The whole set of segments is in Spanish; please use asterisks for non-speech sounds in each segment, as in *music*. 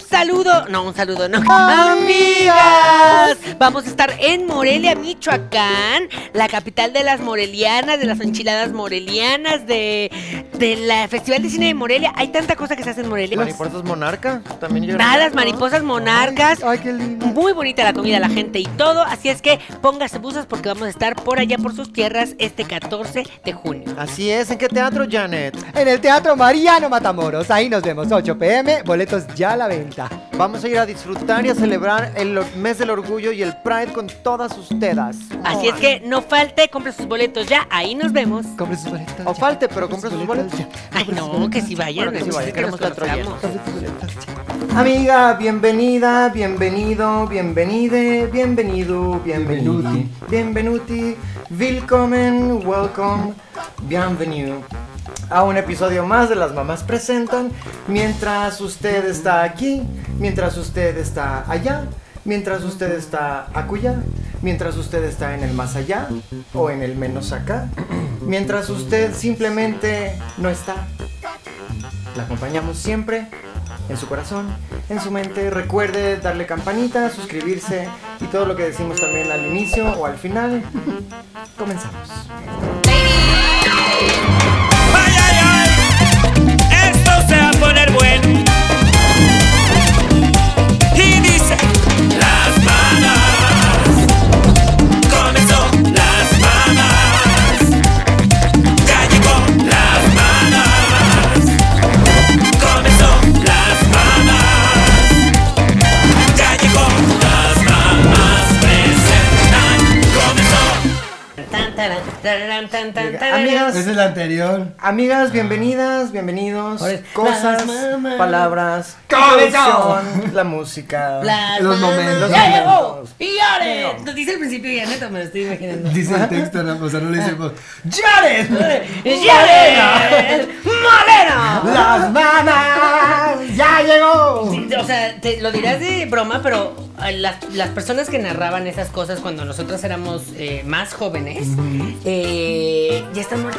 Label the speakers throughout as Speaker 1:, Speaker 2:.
Speaker 1: saludo, no, un saludo,
Speaker 2: *laughs*
Speaker 1: no. Amigas, vamos a estar en Morelia, Michoacán, la capital de las morelianas, de las enchiladas morelianas, de, de la Festival de Cine de Morelia. Hay tanta cosa que se hace en Morelia.
Speaker 2: Mariposas monarca también llegaron.
Speaker 1: Nada, Ah, las mariposas monarcas.
Speaker 2: Ay, qué lindo.
Speaker 1: Muy bonita la comida, la gente y todo. Así es que póngase buzos porque vamos a estar por allá por sus tierras este 14 de junio.
Speaker 2: Así es, ¿en qué teatro, Janet?
Speaker 3: En el Teatro Mariano Matamoros. Ahí nos vemos, 8 pm, boletos ya a la venta.
Speaker 2: Vamos a ir a disfrutar y a celebrar el or- mes del orgullo y el Pride con todas ustedes.
Speaker 1: Así es que no falte, compre sus boletos ya. Ahí nos vemos.
Speaker 3: Compre sus boletas.
Speaker 2: O
Speaker 3: ya.
Speaker 2: falte, pero compre sus boletos.
Speaker 1: Ay, no, que si vayan.
Speaker 2: Bueno, que Pues
Speaker 1: pues, es que nos
Speaker 2: sí vayan, queremos teatro lleno.
Speaker 1: conozcamos.
Speaker 3: Compre sus boletas. ya.
Speaker 2: Amiga, bienvenida, bienvenido, bienvenide, bienvenido, bienvenuti, bienvenuti, willkommen, welcome, bienvenido. A un episodio más de Las Mamás Presentan. Mientras usted está aquí, mientras usted está allá, mientras usted está acullá, mientras usted está en el más allá o en el menos acá, mientras usted simplemente no está. La acompañamos siempre, en su corazón, en su mente. Recuerde darle campanita, suscribirse y todo lo que decimos también al inicio o al final. Comenzamos.
Speaker 4: ¡Ay, ay, ay! Esto se va a poner bueno. Y dice: Las mamas. Comenzó las mamas. Ya llegó las mamas. Comenzó las mamas. Ya llegó las mamas. Presentan. Comenzó.
Speaker 1: Tan, taran, taran, tan, tan, taran.
Speaker 2: Amigas,
Speaker 3: Esa es la anterior.
Speaker 2: amigas, bienvenidas, bienvenidos.
Speaker 3: Ahora es
Speaker 2: Cosas,
Speaker 3: las mamás.
Speaker 2: palabras,
Speaker 3: ¡Comenzó!
Speaker 2: producción, la música.
Speaker 1: Las
Speaker 3: Los
Speaker 1: manos
Speaker 3: momentos,
Speaker 1: ¡Ya
Speaker 3: los
Speaker 1: llegó!
Speaker 2: momentos.
Speaker 1: ¡Y llores! Lo dice al principio ya neta, me lo estoy
Speaker 3: *laughs*
Speaker 1: imaginando.
Speaker 3: Dice el texto, ¿no? O sea, no le pues, decimos. ¡Jared!
Speaker 1: ¡Llores! ¡Moreno!
Speaker 2: Las mamas, ya llegó.
Speaker 1: O sea, te lo dirás de broma, pero eh, las, las personas que narraban esas cosas cuando nosotros éramos eh, más jóvenes, eh, ya están muertas.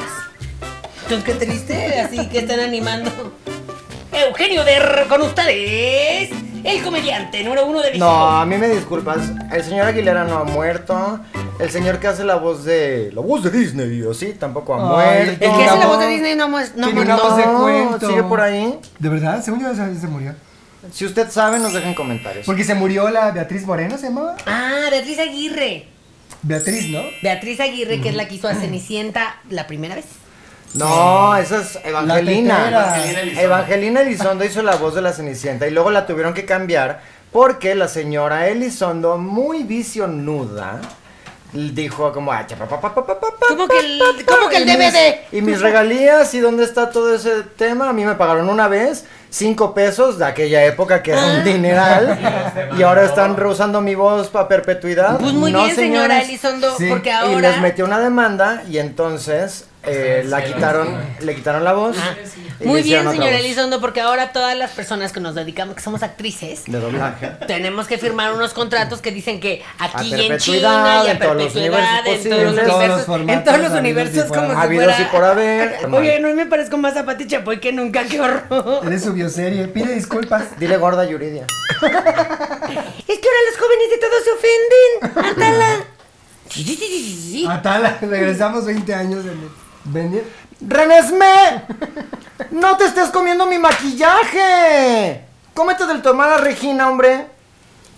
Speaker 1: Entonces, qué triste, así que están animando. Eugenio Der, con ustedes, el comediante número uno de México.
Speaker 2: No, a mí me disculpas. El señor Aguilera no ha muerto. El señor que hace la voz de. La voz de Disney, o sí, tampoco ha
Speaker 3: Ay,
Speaker 2: muerto.
Speaker 1: El que hace la voz de
Speaker 3: No.
Speaker 1: Disney no, mu- no,
Speaker 3: Tiene
Speaker 1: mu-
Speaker 3: una
Speaker 1: no.
Speaker 3: voz de
Speaker 2: No,
Speaker 3: cuento.
Speaker 2: sigue por ahí.
Speaker 3: ¿De verdad? Según yo, se se murió.
Speaker 2: Si usted sabe, nos dejen comentarios.
Speaker 3: Porque se murió la Beatriz Moreno, ¿se llamaba?
Speaker 1: Ah, Beatriz Aguirre.
Speaker 3: Beatriz, ¿no?
Speaker 1: Beatriz Aguirre, que es la que hizo a Cenicienta la primera vez.
Speaker 2: No, esa es
Speaker 3: La
Speaker 2: Evangelina.
Speaker 3: tetera.
Speaker 2: Evangelina Elizondo. Evangelina Elizondo hizo la voz de la Cenicienta y luego la tuvieron que cambiar porque la señora Elizondo, muy visionuda, dijo como... "Ah, chapa, pa, pa, pa, pa, pa, pa,
Speaker 1: ¿Cómo que el,
Speaker 2: pa".
Speaker 1: cómo que el
Speaker 2: Y mis-
Speaker 1: DVD?
Speaker 2: Y mis regalías y dónde está todo ese tema. A mí me pagaron una vez cinco pesos de aquella época que era
Speaker 1: Ah.
Speaker 2: un dineral y ahora están rehusando mi voz para perpetuidad.
Speaker 1: Pues muy
Speaker 2: No,
Speaker 1: bien, señora
Speaker 2: señores.
Speaker 1: Elizondo,
Speaker 3: Sí,
Speaker 1: porque
Speaker 2: Y les
Speaker 1: ahora.
Speaker 2: metió una demanda y entonces eh, la quitaron, le quitaron la voz. y le
Speaker 1: Ah. Muy
Speaker 2: hicieron
Speaker 1: bien,
Speaker 2: otra
Speaker 1: señora
Speaker 2: voz.
Speaker 1: Elizondo, porque ahora todas las personas que nos dedicamos, que somos actrices,
Speaker 2: De doblaje.
Speaker 1: tenemos que firmar unos contratos que dicen que aquí
Speaker 2: A
Speaker 1: y en China
Speaker 2: perpetuidad,
Speaker 1: y a
Speaker 2: en todos los
Speaker 1: perpetuidad,
Speaker 2: universos pues
Speaker 1: en todos los
Speaker 2: posibles.
Speaker 3: En todos los
Speaker 1: universos, en todos los universos
Speaker 3: formatos, habidos y por
Speaker 1: como si
Speaker 2: haber.
Speaker 1: fuera...
Speaker 2: Habidos y por haber.
Speaker 1: Oye, no me parezco más a Pati Chapoy que nunca, qué horror.
Speaker 3: Él subió serie. Pide disculpas.
Speaker 2: Dile gorda Yuridia.
Speaker 1: Es que ahora los jóvenes de todos se ofenden.
Speaker 2: *laughs*
Speaker 1: Átala. Sí, sí, sí, sí, sí.
Speaker 3: Atala, regresamos 20 años en venir.
Speaker 2: ¡Renesme! ¡No te estés comiendo mi maquillaje! ¡Cómete del tomar a Regina, hombre!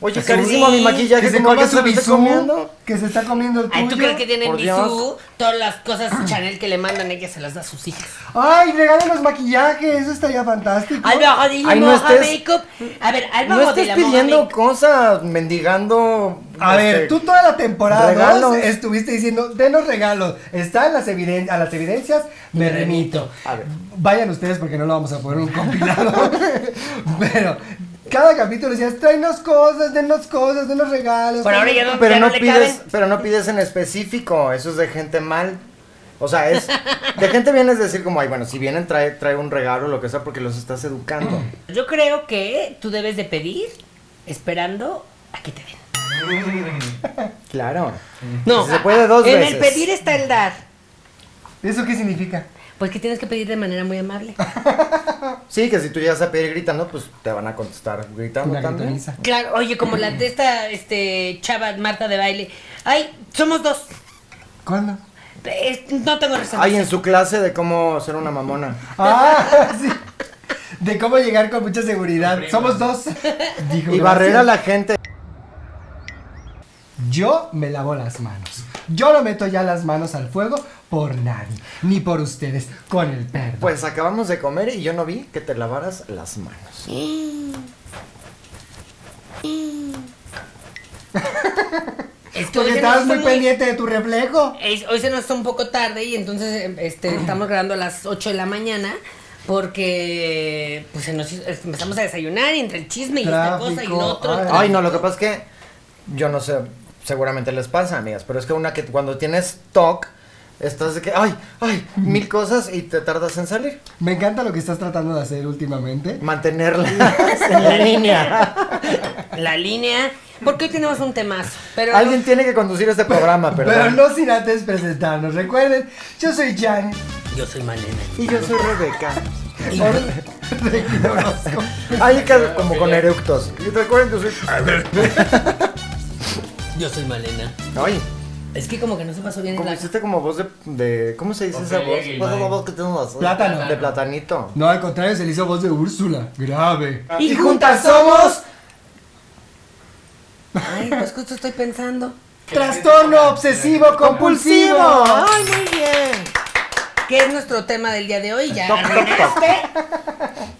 Speaker 2: Oye, carísimo
Speaker 1: Sí,
Speaker 2: mi maquillaje,
Speaker 3: Pues, que se
Speaker 2: ¿cómo
Speaker 3: come
Speaker 2: que te
Speaker 3: su
Speaker 2: lo estás
Speaker 3: bisú,
Speaker 2: comiendo?
Speaker 3: que se está comiendo el tuyo.
Speaker 1: Ay, ¿tú crees que tienen
Speaker 2: Por Dios.
Speaker 1: Bisú? Todas las cosas Chanel que le mandan, ella se las da a sus hijas.
Speaker 3: Ay, regálenos maquillaje, eso estaría fantástico.
Speaker 1: Al bajo de la
Speaker 2: Ay, no
Speaker 1: moja
Speaker 2: estés-
Speaker 1: makeup. A ver, al
Speaker 2: No
Speaker 1: bajo de
Speaker 2: estés
Speaker 1: la moja
Speaker 2: pidiendo
Speaker 1: make-
Speaker 2: cosas, mendigando.
Speaker 3: A ver,
Speaker 2: este,
Speaker 3: tú toda la temporada
Speaker 2: regalos.
Speaker 3: dos estuviste diciendo, denos regalos. Está en las eviden- a las evidencias, me remito.
Speaker 2: A ver.
Speaker 3: Vayan ustedes porque no lo vamos a poner en un compilado. *laughs* Pero cada capítulo decías, tráenos cosas, denos cosas, denos regalos.
Speaker 1: Por ahora ya no,
Speaker 2: Pero
Speaker 1: ya no,
Speaker 2: no,
Speaker 1: le
Speaker 2: pides,
Speaker 1: caben.
Speaker 2: pero no pides en específico, eso es de gente mal. O sea, es de gente bien es decir como, ay, bueno, si vienen trae trae un regalo lo que sea porque los estás educando.
Speaker 3: Mm.
Speaker 1: Yo creo que tú debes de pedir esperando a que te den.
Speaker 2: Claro.
Speaker 1: No.
Speaker 2: Se puede dos
Speaker 1: en
Speaker 2: veces.
Speaker 1: el pedir está el dar.
Speaker 3: ¿Eso qué significa?
Speaker 1: Pues que tienes que pedir de manera muy
Speaker 2: *laughs*
Speaker 1: amable.
Speaker 2: Sí, que si tú llegas a pedir gritando, pues te van a contestar gritando
Speaker 3: Una
Speaker 2: también.
Speaker 3: gritoniza.
Speaker 1: Claro, oye, como la de esta este, chava Marta de baile. Ay, somos dos.
Speaker 3: ¿Cuándo?
Speaker 1: Eh, no tengo razón.
Speaker 2: Ay, en su clase de cómo ser una
Speaker 3: *laughs*
Speaker 2: mamona.
Speaker 3: Ah, sí. De cómo llegar con mucha seguridad. Somos dos. Dijo,
Speaker 2: Y barrer a
Speaker 3: "Gracias".
Speaker 2: la gente.
Speaker 3: Yo me lavo las manos. Yo no meto ya las manos al fuego por nadie, ni por ustedes, con el perro.
Speaker 2: Pues acabamos de comer y yo no vi que te lavaras las manos.
Speaker 1: Es que hoy
Speaker 3: porque
Speaker 1: se nos
Speaker 3: estabas
Speaker 1: hizo
Speaker 3: muy pendiente de tu reflejo.
Speaker 1: es- hoy se nos hizo un poco tarde y entonces em, este, estamos grabando a las 8 de la mañana porque pues se nos hizo- es- empezamos a desayunar y entre el chisme y esta cosa y
Speaker 3: Tráfico,
Speaker 1: lo otro.
Speaker 3: ay.
Speaker 2: Ay, no, lo que pasa es que yo no sé, seguramente les pasa, amigas, pero es que una que cuando tienes TOC, estás de que, ay, ay, mil cosas y te tardas en salir.
Speaker 3: Me encanta lo que estás tratando de hacer últimamente.
Speaker 2: Mantenerla *laughs* en la línea.
Speaker 1: La línea. Porque hoy tenemos un temazo. Pero
Speaker 2: Alguien tiene que conducir este programa,
Speaker 3: Pero,
Speaker 2: perdón.
Speaker 3: no sin antes presentarnos. Recuerden, yo soy *laughs* Jan.
Speaker 1: Yo soy Malena.
Speaker 2: Y yo soy Rebeca.
Speaker 1: Y-
Speaker 3: Orozco.
Speaker 2: Ay, que- como con eructos. Y recuerden que soy.
Speaker 1: yo soy Malena.
Speaker 2: Ay,
Speaker 1: Es que como que no se pasó bien
Speaker 2: como
Speaker 1: la...
Speaker 2: hiciste como voz de. de- ¿Cómo se dice esa voz? ¿Cuál es la voz que tenemos?
Speaker 3: Plátano.
Speaker 2: De platanito.
Speaker 3: No, al contrario, se le hizo voz de Úrsula. Grave.
Speaker 1: Y juntas
Speaker 3: somos
Speaker 1: Ay, pues justo estoy pensando.
Speaker 3: trastorno obsesivo compulsivo.
Speaker 2: ¡Ay, muy bien!
Speaker 1: ¿Qué es nuestro tema del día de hoy? Ya
Speaker 2: Toc, toc, toc.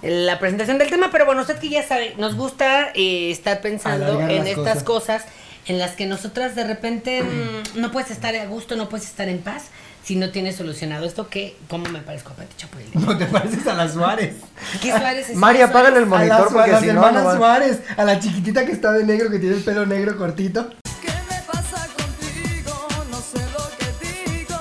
Speaker 1: la presentación del tema, pero bueno, usted que ya sabe, nos gusta eh, estar pensando
Speaker 3: Alargar
Speaker 1: en
Speaker 3: las
Speaker 1: estas cosas. en las que nosotras de repente mm,
Speaker 2: *clears throat*
Speaker 1: no puedes estar a gusto, no puedes estar en paz si no tienes solucionado esto que, ¿cómo me parezco a Pati Chapoy?
Speaker 3: No te pareces a las Suárez.
Speaker 2: *laughs*
Speaker 1: ¿Qué Suárez es?
Speaker 2: María,
Speaker 1: ¿Qué Suárez?
Speaker 2: apágale el
Speaker 3: A
Speaker 2: monitor
Speaker 3: las, Sua-
Speaker 2: porque
Speaker 3: las
Speaker 2: si no.
Speaker 3: hermanas
Speaker 2: no va-
Speaker 3: Suárez, a la chiquitita que está de negro, que tiene el pelo negro cortito.
Speaker 5: ¿Qué me pasa contigo? No sé lo que digo.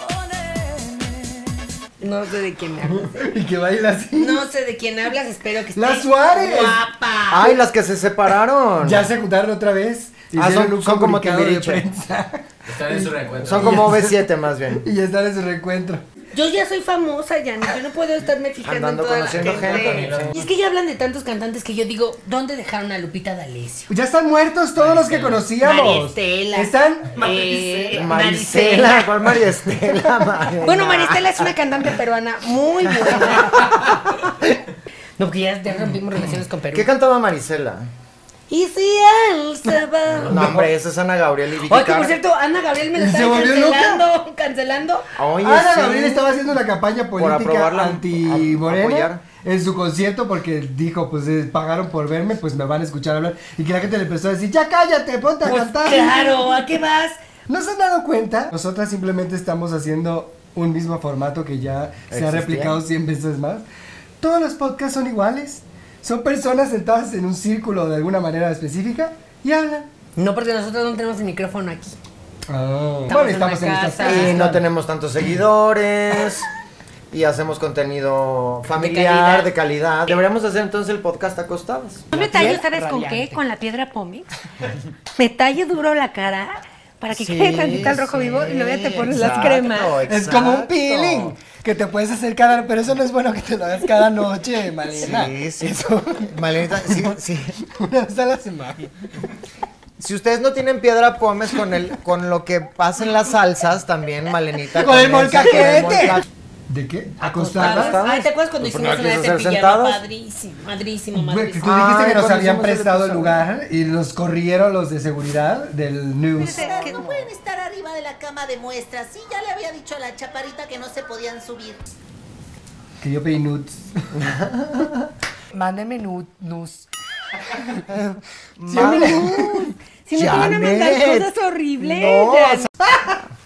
Speaker 5: Oh, nene.
Speaker 1: No sé de
Speaker 2: *laughs*
Speaker 1: quién me hablas.
Speaker 3: Y que baila así.
Speaker 1: No sé de quién hablas, espero que estés
Speaker 3: ¡La Suárez!
Speaker 1: guapa.
Speaker 2: Ay, las que se separaron.
Speaker 3: Ya se juntaron otra vez.
Speaker 2: Ah,
Speaker 3: Hicieron
Speaker 2: son-
Speaker 3: un
Speaker 2: son como
Speaker 3: comunicado de
Speaker 2: Timbiriche.
Speaker 3: prensa. *laughs*
Speaker 6: Están en su reencuentro.
Speaker 2: Son como B7 más bien.
Speaker 3: Y ya están en su reencuentro.
Speaker 1: Yo ya soy famosa, ya yo no puedo estarme fijando
Speaker 2: Andando
Speaker 1: en toda
Speaker 2: conociendo
Speaker 1: la gente.
Speaker 2: gente.
Speaker 1: Y es que ya hablan de tantos cantantes que yo digo, ¿dónde dejaron a Lupita D'Alessio?
Speaker 3: Ya están muertos todos los que conocíamos.
Speaker 1: María Estela.
Speaker 3: Están.
Speaker 1: eh,
Speaker 2: Maricela, ¿cuál María
Speaker 1: *laughs*
Speaker 2: Estela? María?
Speaker 1: Bueno, Maristela es una cantante peruana muy
Speaker 2: *laughs*
Speaker 1: buena. No, porque ya, ya rompimos relaciones con Perú.
Speaker 2: ¿Qué cantaba Marisela?
Speaker 1: y si él se va.
Speaker 2: No, hombre, esa es Ana Gabriel y Vicky
Speaker 1: Oye, que por
Speaker 2: Carr.
Speaker 1: cierto, Ana Gabriel me lo
Speaker 3: ¿Se
Speaker 1: están
Speaker 3: volvió
Speaker 1: cancelando, cancelando.
Speaker 2: Oye,
Speaker 3: Ana
Speaker 2: sí.
Speaker 3: Gabriel estaba haciendo una campaña política
Speaker 2: aprobarla, a-
Speaker 3: anti-morena
Speaker 2: apoyar.
Speaker 3: en su concierto porque dijo, pues eh, pagaron por verme, pues me van a escuchar hablar. Y que la gente le empezó a decir, ya cállate, ponte a
Speaker 1: Pues
Speaker 3: cantar.
Speaker 1: claro, ¿a qué vas?
Speaker 3: ¿No se han dado cuenta? Nosotras simplemente estamos haciendo un mismo formato que ya se
Speaker 2: Existía.
Speaker 3: ha replicado 100 veces más. Todos los podcasts son iguales. Son personas sentadas en un círculo de alguna manera específica y hablan.
Speaker 1: No, porque nosotros no tenemos el micrófono aquí.
Speaker 2: Ah.
Speaker 3: bueno,
Speaker 1: en
Speaker 3: estamos en
Speaker 1: la
Speaker 3: estas
Speaker 1: casa.
Speaker 2: Y
Speaker 3: casas.
Speaker 2: no tenemos tantos seguidores. Y hacemos contenido familiar,
Speaker 1: calidad.
Speaker 2: de calidad. Deberíamos hacer entonces el podcast acostadas.
Speaker 7: Yo me tallo,
Speaker 1: piel
Speaker 7: ¿sabes con
Speaker 1: radiante.
Speaker 7: qué? Con la piedra pome. Me tallo duro la cara para que
Speaker 2: Sí,
Speaker 7: quede tantito al rojo vivo y luego ya te pones las cremas.
Speaker 3: Es como un peeling
Speaker 2: peeling
Speaker 3: que te puedes hacer cada... Pero eso no es bueno que te lo hagas cada noche, Malena.
Speaker 2: Sí, sí. *laughs*
Speaker 3: Eso
Speaker 2: Malenita, sí, sí.
Speaker 3: *laughs* una vez a la semana.
Speaker 2: Si ustedes no tienen piedra pomes con el con lo que hacen las salsas también, Malenita.
Speaker 3: Con el
Speaker 2: eso,
Speaker 3: molcajete.
Speaker 2: con el molca-
Speaker 3: ¿De qué?
Speaker 1: Acostadas.
Speaker 3: ¿Acostadas?
Speaker 1: Ay, ¿te acuerdas cuando
Speaker 2: Pues,
Speaker 1: hicimos
Speaker 2: ¿no
Speaker 1: una
Speaker 2: quieres
Speaker 1: vez en
Speaker 2: hacer
Speaker 1: pijama?
Speaker 2: sentadas?
Speaker 1: Padrísimo, madrísimo,
Speaker 3: Bueno, que
Speaker 1: madrísimo.
Speaker 3: tú dijiste
Speaker 2: Ay,
Speaker 3: que nos
Speaker 2: cuando
Speaker 3: habían
Speaker 2: hicimos el
Speaker 3: prestado el
Speaker 2: episodio.
Speaker 3: lugar y nos corrieron los de seguridad del news.
Speaker 8: Pero no pueden estar arriba de la cama de muestras. Sí, ya le había dicho a la chaparrita que no se podían subir.
Speaker 3: Que yo
Speaker 2: *laughs*
Speaker 3: pedí nudes.
Speaker 5: Mándeme nu-
Speaker 3: *laughs*
Speaker 5: nus.
Speaker 3: Mami,
Speaker 7: Si me van a mandar
Speaker 2: Janet.
Speaker 7: cosas horribles.
Speaker 2: No,
Speaker 7: ya
Speaker 2: o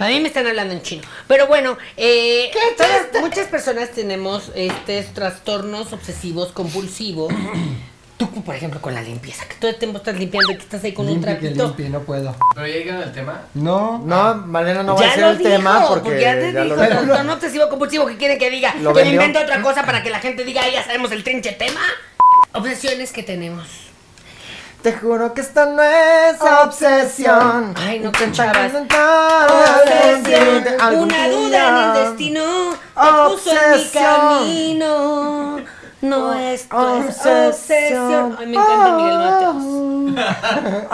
Speaker 1: A mí me están hablando en chino. Pero bueno, eh, todas- muchas personas tenemos estos trastornos obsesivos compulsivos. Tú, por ejemplo, con la limpieza, que todo el tiempo estás limpiando y que estás ahí con un
Speaker 3: limpie que
Speaker 1: trapito.
Speaker 3: limpie, no puedo.
Speaker 6: Pero ya llegan al tema.
Speaker 3: No.
Speaker 2: No, Malena no va a
Speaker 1: ya
Speaker 2: decir
Speaker 1: lo
Speaker 2: el tema
Speaker 1: dijo, pues
Speaker 2: porque
Speaker 1: ya te
Speaker 2: ya
Speaker 1: dijo,
Speaker 2: lo
Speaker 1: el
Speaker 2: dijo.
Speaker 1: trastorno obsesivo compulsivo que quiere que diga.
Speaker 2: Lo
Speaker 1: que me
Speaker 2: vendió.
Speaker 1: invento otra cosa para que la gente diga, "Ay, ya sabemos el trinche tema. Obsesiones que tenemos.
Speaker 2: Te juro que esta no es obsesión.
Speaker 1: Ay, no conchabas.
Speaker 2: Obsesión.
Speaker 1: Obsesión, una duda en el destino te puso en mi
Speaker 2: Obsesión.
Speaker 1: camino. No, esto es obsesión. Ay, me encanta Miguel Mateos.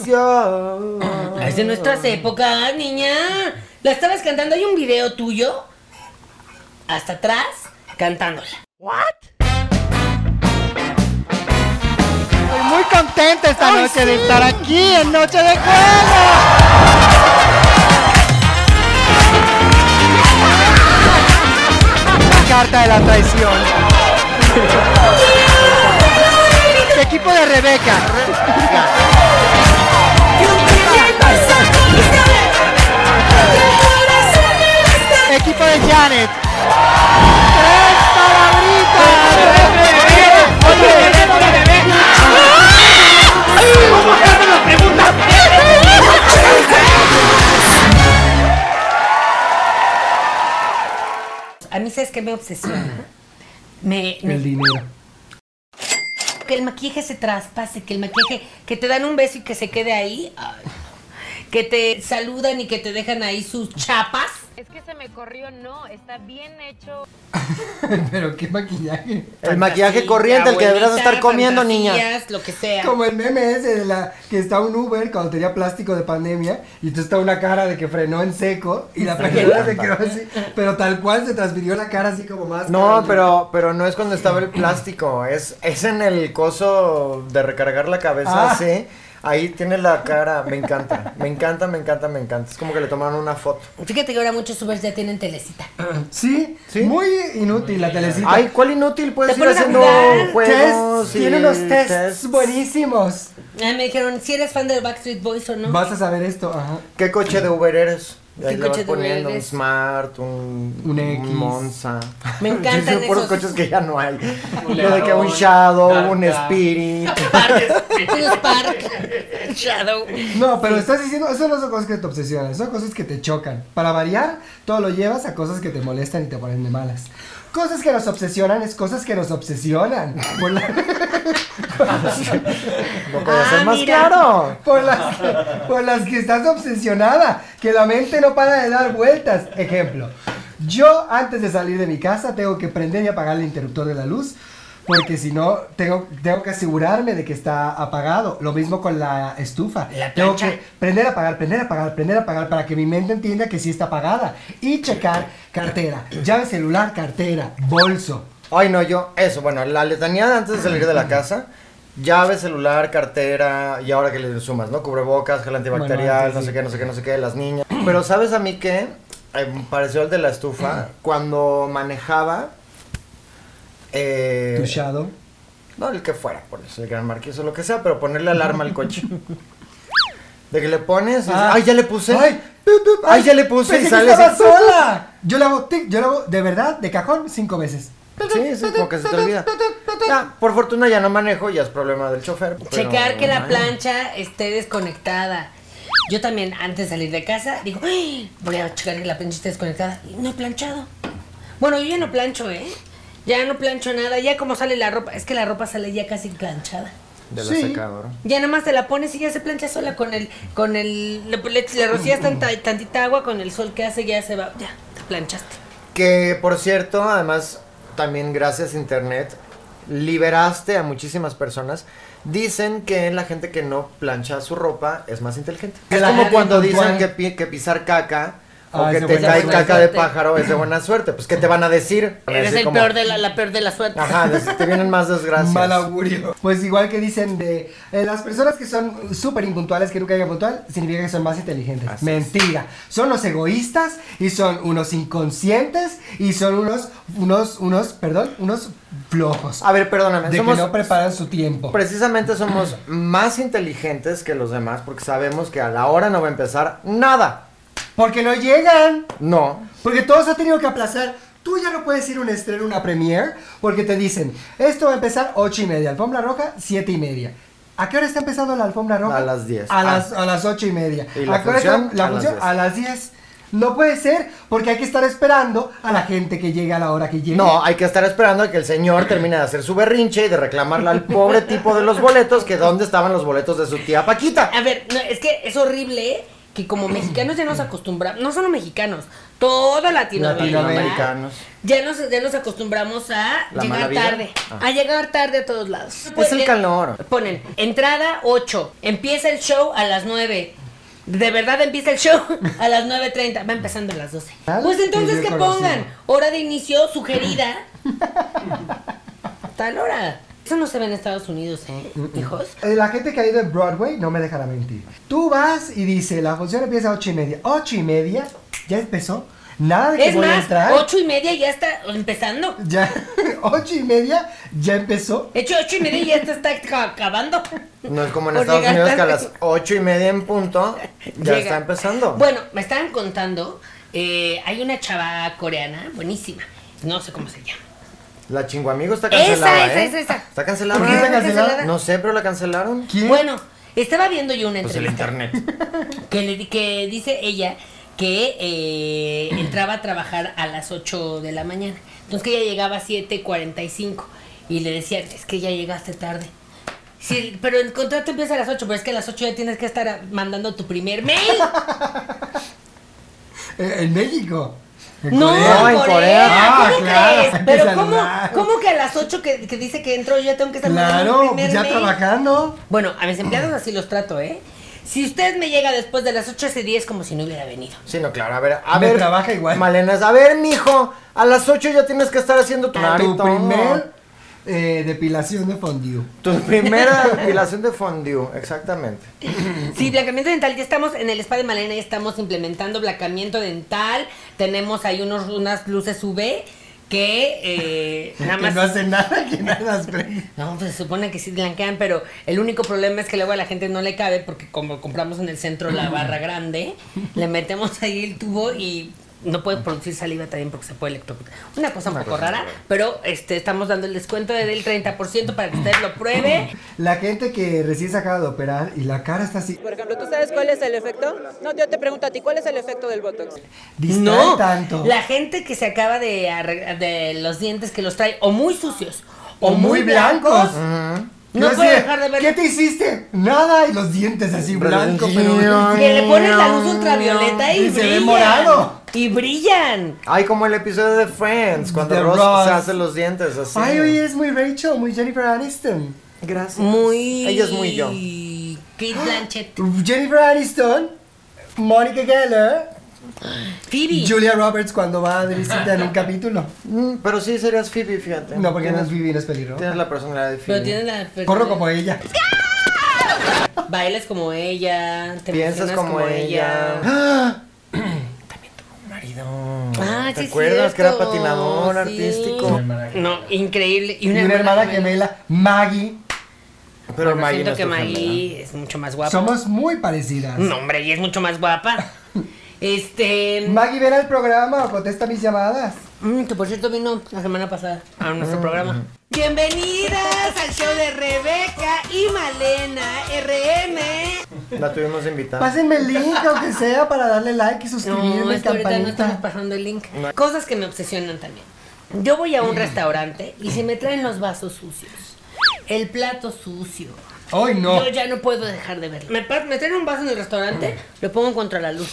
Speaker 2: *laughs* Obsesión.
Speaker 1: Es de nuestras épocas, niña. La estabas cantando. Hay un video tuyo hasta atrás cantándola.
Speaker 2: Estoy muy contenta esta noche de estar aquí en Noche de Juego. La carta de la traición. El Este equipo de Rebeca. Equipo de Janet. Tres palabritas.
Speaker 1: A mí, ¿sabes qué me obsesiona? Me, me-
Speaker 3: El dinero. *laughs*
Speaker 1: que el maquillaje se traspase, que el maquillaje, que te dan un beso y que se quede ahí. Ay, no. que te saludan y que te dejan ahí sus chapas.
Speaker 9: Es que se me corrió, no, está bien hecho.
Speaker 3: Pero qué maquillaje.
Speaker 2: El maquillaje corriente, el que deberías
Speaker 1: deberás
Speaker 2: estar comiendo, niña.
Speaker 1: Lo que sea.
Speaker 3: Como el meme ese de la que está un Uber cuando tenía plástico de pandemia y tú está una cara de que frenó en seco y la persona se quedó así, pero tal cual se transfirió la cara así como más.
Speaker 2: No, pero, pero no es cuando estaba el plástico, es, es en el coso de recargar la cabeza,
Speaker 3: Ah.
Speaker 2: sí. Ahí tiene la cara, me encanta, me encanta, me encanta, me encanta. Es como que le tomaron una foto.
Speaker 1: Fíjate que ahora muchos Ubers ya tienen telecita.
Speaker 2: Ah.
Speaker 3: Sí,
Speaker 2: Sí.
Speaker 3: muy inútil la telecita.
Speaker 2: Ay, ¿cuál inútil puedes
Speaker 1: Te
Speaker 2: ir
Speaker 1: ponen a
Speaker 2: haciendo
Speaker 1: jugar.
Speaker 2: juegos?
Speaker 3: Tests,
Speaker 2: y
Speaker 3: tiene unos tests,
Speaker 2: tests?
Speaker 3: buenísimos.
Speaker 1: Ay, Ah, me dijeron, si eres fan de Backstreet Boys o *laughs* no.
Speaker 3: Vas a saber esto, ajá.
Speaker 2: ¿Qué coche de Uber eres? Y ahí
Speaker 1: ¿Qué
Speaker 2: le vas
Speaker 1: coche de Uber
Speaker 2: poniendo un
Speaker 1: eres?
Speaker 2: Smart, un,
Speaker 3: Un X.
Speaker 2: Monza. *laughs*
Speaker 1: Me encantan
Speaker 2: Sí, son puros
Speaker 1: esos.
Speaker 2: coches que ya no hay.
Speaker 6: Un
Speaker 2: Lo de que un
Speaker 6: León,
Speaker 2: Shadow, un
Speaker 6: Tata.
Speaker 2: Spirit.
Speaker 1: Unos
Speaker 2: *laughs*
Speaker 1: Park, Ah, Shadow.
Speaker 3: No, pero estás diciendo, eso no son cosas que te obsesionan, son cosas que te chocan. Para variar, todo lo llevas a cosas que te molestan y te ponen de malas. Cosas que nos obsesionan es cosas que nos obsesionan. Por la-
Speaker 2: No podía
Speaker 1: Ah,
Speaker 2: ser más
Speaker 1: mira.
Speaker 2: claro.
Speaker 3: por las, que, por las que estás obsesionada, que la mente no para de dar vueltas. Ejemplo, yo antes de salir de mi casa tengo que prender y apagar el interruptor de la luz. Porque si no, tengo, tengo que asegurarme de que está apagado. Lo mismo con la estufa.
Speaker 1: La
Speaker 3: tengo
Speaker 1: plancha.
Speaker 3: que prender, apagar, prender, apagar, prender, apagar para que mi mente entienda que sí está apagada. Y checar cartera, llave celular, cartera, bolso.
Speaker 2: Ay, no, yo, eso, bueno, la letanía de antes de salir de la casa, llave, celular, cartera, y ahora que le sumas, ¿no? Cubrebocas, gel antibacterial,
Speaker 3: Bueno, antes
Speaker 2: no
Speaker 3: sí.
Speaker 2: sé qué, no sé qué, no sé qué, las niñas. Pero ¿sabes a mí qué? Eh, me pareció el de la estufa, cuando manejaba... Eh,
Speaker 3: Tu shadow.
Speaker 2: no, el que fuera, por eso, el gran marqués o lo que sea, pero ponerle alarma al
Speaker 3: *laughs*
Speaker 2: coche. De que le pones, y dices, ay, ya le puse.
Speaker 3: Ah. Ay, pi, pi,
Speaker 2: Ay, ya le puse y
Speaker 3: pensé que
Speaker 2: sale
Speaker 3: estaba
Speaker 2: así.
Speaker 3: sola. Yo la hago, tic, yo la hago de verdad, de cajón, cinco veces.
Speaker 2: Sí, sí, como que se te
Speaker 3: *laughs*
Speaker 2: olvida. Ya, por fortuna ya no manejo, ya es problema del chofer. pero-
Speaker 1: Checar que la
Speaker 2: Ay.
Speaker 1: plancha esté desconectada. Yo también, antes de salir de casa, digo, "Ay, voy a checar que la plancha esté desconectada. Y no he planchado. Bueno, yo ya no plancho, ¿eh? Ya no plancho nada. Ya como sale la ropa, es que la ropa sale ya casi planchada.
Speaker 2: De la
Speaker 3: Sí.
Speaker 2: secadora.
Speaker 1: Ya nomás te la pones y ya se plancha sola con el, con el, le, le- le rocías tanta, tantita agua con el sol que hace, ya se va, ya, te planchaste.
Speaker 2: Que por cierto, además, también gracias a internet, liberaste a muchísimas personas. Dicen que la gente que no plancha su ropa es más inteligente.
Speaker 3: Que
Speaker 2: es
Speaker 3: la
Speaker 2: como
Speaker 3: gente
Speaker 2: cuando
Speaker 3: no
Speaker 2: dicen
Speaker 3: puede.
Speaker 2: que, pi- que pisar caca o
Speaker 3: Ah,
Speaker 2: que
Speaker 3: es de
Speaker 2: te
Speaker 3: buena
Speaker 2: cae
Speaker 1: suerte.
Speaker 2: caca de pájaro es de buena suerte. Pues, ¿qué te van a decir? Van a
Speaker 1: Eres
Speaker 2: decir
Speaker 1: el
Speaker 2: como-
Speaker 1: peor de la, la peor de la suerte.
Speaker 2: Ajá, des- te vienen más desgracias.
Speaker 3: Mal augurio. Pues igual que dicen de eh, las personas que son súper impuntuales, que nunca llegan puntual, significa que son más inteligentes.
Speaker 2: Así
Speaker 3: Mentira. Son los egoístas y son unos inconscientes y son unos, unos, unos, perdón, unos flojos.
Speaker 2: A ver, perdóname.
Speaker 3: de
Speaker 2: somos,
Speaker 3: que no preparan su tiempo.
Speaker 2: Precisamente somos más inteligentes que los demás porque sabemos que a la hora no va a empezar nada.
Speaker 3: Porque no llegan.
Speaker 2: No.
Speaker 3: Porque todos han tenido que aplazar. Tú ya no puedes ir a un estreno, una premiere, porque te dicen, esto va a empezar 8 y media, alfombra roja, 7 y media. ¿A qué hora está empezando la alfombra roja?
Speaker 2: A las 10.
Speaker 3: A
Speaker 2: Ah.
Speaker 3: las, a las 8 y media.
Speaker 2: ¿Y la
Speaker 3: ¿A qué hora
Speaker 2: función?
Speaker 3: está la
Speaker 2: A las
Speaker 3: función?
Speaker 2: 10.
Speaker 3: A las 10. No puede ser, porque hay que estar esperando a la gente que llegue a la hora que llegue. *laughs*
Speaker 2: No, hay que estar esperando a que el señor termine de hacer su berrinche y de reclamarle al pobre tipo de los boletos que dónde estaban los boletos de su tía Paquita.
Speaker 1: A ver, no, es que es horrible ¿eh? que
Speaker 2: *clears throat*
Speaker 1: como mexicanos ya nos acostumbramos, no solo mexicanos, todo Latinoamérica.
Speaker 2: Latinoamericanos.
Speaker 1: Ya nos, ya nos acostumbramos a
Speaker 2: La mala
Speaker 1: llegar
Speaker 2: vida.
Speaker 1: tarde,
Speaker 2: Ah.
Speaker 1: a llegar tarde a todos lados.
Speaker 2: Pues el
Speaker 1: Eh,
Speaker 2: calor.
Speaker 1: Ponen, entrada 8, empieza el show a las 9. De verdad empieza el show *laughs* a las 9.30, va empezando a las 12.
Speaker 3: Ah,
Speaker 1: Pues entonces
Speaker 3: sí,
Speaker 1: que
Speaker 3: yo
Speaker 1: pongan
Speaker 3: conocido.
Speaker 1: hora de inicio sugerida.
Speaker 2: *laughs*
Speaker 1: Tal hora. Eso no se ve en Estados Unidos, ¿eh?
Speaker 2: Mm,
Speaker 1: Hijos.
Speaker 3: Eh, La gente que ha ido en Broadway no me dejará mentir. Tú vas y dice, la función empieza a ocho y media. Ocho y media, ya empezó. Nada de que
Speaker 1: Es
Speaker 3: voy a
Speaker 1: más,
Speaker 3: entrar.
Speaker 1: ocho y media ya está empezando.
Speaker 3: Ya, *laughs* ocho y media, ya empezó.
Speaker 1: De hecho, ocho y media ya está, está acabando.
Speaker 2: No es como en
Speaker 1: Por
Speaker 2: Estados
Speaker 1: llegar
Speaker 2: Unidos que a
Speaker 1: tarde.
Speaker 2: las ocho y media en punto ya
Speaker 1: Llega.
Speaker 2: está empezando.
Speaker 1: Bueno, me estaban contando, eh, hay una chava coreana buenísima, no sé cómo se llama.
Speaker 2: La chinguamigo está cancelada.
Speaker 7: esa,
Speaker 2: ¿eh?
Speaker 7: esa, esa.
Speaker 2: ¿Está cancelada?
Speaker 3: ¿Por qué está cancelada?
Speaker 2: No sé, pero la cancelaron.
Speaker 3: ¿Quién?
Speaker 1: Bueno, estaba viendo yo una
Speaker 2: Pues el
Speaker 1: entrevista
Speaker 2: internet.
Speaker 1: que, le, di- que dice ella que eh, entraba a trabajar a las 8 de la mañana. Entonces que ella llegaba a 7.45 y le decían, es que ya llegaste tarde. Sí, pero el contrato empieza a las 8, pero es que a las 8 ya tienes que estar a- mandando tu primer mail.
Speaker 3: Eh, en México. *laughs* En
Speaker 1: No,
Speaker 3: Corea.
Speaker 2: en
Speaker 1: en
Speaker 2: Corea.
Speaker 1: Corea.
Speaker 3: Ah,
Speaker 1: ¿Cómo
Speaker 3: claro, hay
Speaker 1: crees?
Speaker 3: que *laughs*
Speaker 1: Pero ¿cómo,
Speaker 3: saludar.
Speaker 1: ¿cómo que a las 8 que, que dice que entro yo ya tengo que estar mandando mi
Speaker 3: Claro, pues
Speaker 1: primer
Speaker 3: ya
Speaker 1: mail?
Speaker 3: trabajando.
Speaker 1: Bueno, a mis empleados así los trato, ¿eh? Si usted me llega después de las 8 ese día es como si no hubiera venido.
Speaker 2: Sí, no, claro, a ver, a
Speaker 3: Me
Speaker 2: ver.
Speaker 3: trabaja igual.
Speaker 2: Malenas, a ver, mijo, a las 8 ya tienes que estar haciendo tu,
Speaker 3: Tu
Speaker 2: maritón.
Speaker 3: primer eh, depilación de fondue.
Speaker 2: Tu primera depilación de fondue, exactamente.
Speaker 1: Sí, blanqueamiento dental, ya estamos en el spa de Malena, ya estamos implementando blanqueamiento dental. Tenemos ahí unos, unas luces UV que eh, nada
Speaker 3: *laughs* que
Speaker 1: más...
Speaker 3: no hace nada, que nada las prende.
Speaker 1: No, pues se supone que sí blanquean, pero el único problema es que luego a la gente no le cabe porque como compramos en el centro la barra grande, le metemos ahí el tubo y no puede producir saliva también porque se puede electrocutar. Una cosa un poco rara, pero este estamos dando el descuento del 30% para que usted lo pruebe.
Speaker 3: La gente que recién se acaba de operar y la cara está así.
Speaker 10: Por ejemplo, ¿tú sabes cuál es el efecto? No, yo te pregunto a ti, ¿cuál es el efecto del Botox?
Speaker 3: Distrae
Speaker 1: no,
Speaker 3: tanto.
Speaker 1: la gente que se acaba de, arreg- de los dientes que los trae o muy sucios o,
Speaker 3: O muy blancos.
Speaker 1: No
Speaker 3: Yo
Speaker 1: puede
Speaker 3: así
Speaker 1: dejar de ver.
Speaker 3: ¿Qué te hiciste? Nada, y los dientes así blancos, *laughs* pero.
Speaker 1: Que le pones la luz ultravioleta y,
Speaker 3: Y se ve
Speaker 1: brillan.
Speaker 3: morado.
Speaker 1: Y brillan.
Speaker 2: Ay, como el episodio de Friends, cuando
Speaker 3: De
Speaker 2: Ross,
Speaker 3: Ross.
Speaker 2: se hace los dientes así.
Speaker 3: Ay, oye, es muy Rachel, muy Jennifer Aniston.
Speaker 2: Gracias.
Speaker 1: Muy.
Speaker 2: Ella es muy yo.
Speaker 1: Kate Blanchett.
Speaker 3: Jennifer Aniston, Monica Geller,
Speaker 1: *gasps* Phoebe.
Speaker 3: Julia Roberts cuando va de visita en un capítulo.
Speaker 2: Mm, Pero sí serías Phoebe, fíjate.
Speaker 3: No, porque no es
Speaker 2: tienes,
Speaker 3: Vivi, no es peligro.
Speaker 2: tienes la personalidad de Phoebe.
Speaker 1: Pero tiene la.
Speaker 3: Corro como ella.
Speaker 1: Bailas como ella. Te
Speaker 2: Piensas
Speaker 1: emocionas
Speaker 2: como, ella.
Speaker 3: ¡Ah!
Speaker 2: Marido.
Speaker 1: Ah,
Speaker 2: ¿Te
Speaker 1: sí es
Speaker 2: acuerdas que era
Speaker 1: cierto,
Speaker 2: patinador
Speaker 1: sí.
Speaker 2: artístico?
Speaker 1: No, increíble.
Speaker 3: Y una hermana gemela, Maggie.
Speaker 2: Pero
Speaker 1: Bueno,
Speaker 2: Maggie
Speaker 1: siento
Speaker 2: no es
Speaker 1: que
Speaker 2: tu gemela.
Speaker 1: Maggie es mucho más guapa.
Speaker 3: Somos muy parecidas.
Speaker 1: No, hombre, ella es mucho más
Speaker 2: *laughs*
Speaker 1: guapa. Este.
Speaker 3: Maggie, ven al programa o contesta mis llamadas.
Speaker 1: Mm, que por cierto vino la semana pasada a nuestro
Speaker 2: Mm.
Speaker 1: programa. Bienvenidas al show de Rebeca y Malena RM.
Speaker 2: La tuvimos invitada.
Speaker 3: Pásenme el link, aunque sea, para darle like y suscribirme
Speaker 1: No, es que ahorita no estamos
Speaker 3: campanita.
Speaker 1: pasando el link.
Speaker 2: No.
Speaker 1: Cosas que me obsesionan también. Yo voy a un
Speaker 2: Mm.
Speaker 1: restaurante y se me traen los vasos sucios, el plato sucio.
Speaker 3: Hoy no.
Speaker 1: Yo ya no puedo dejar de verlo. Me, pa- me traen un vaso en el restaurante,
Speaker 2: Mm.
Speaker 1: lo pongo contra la luz.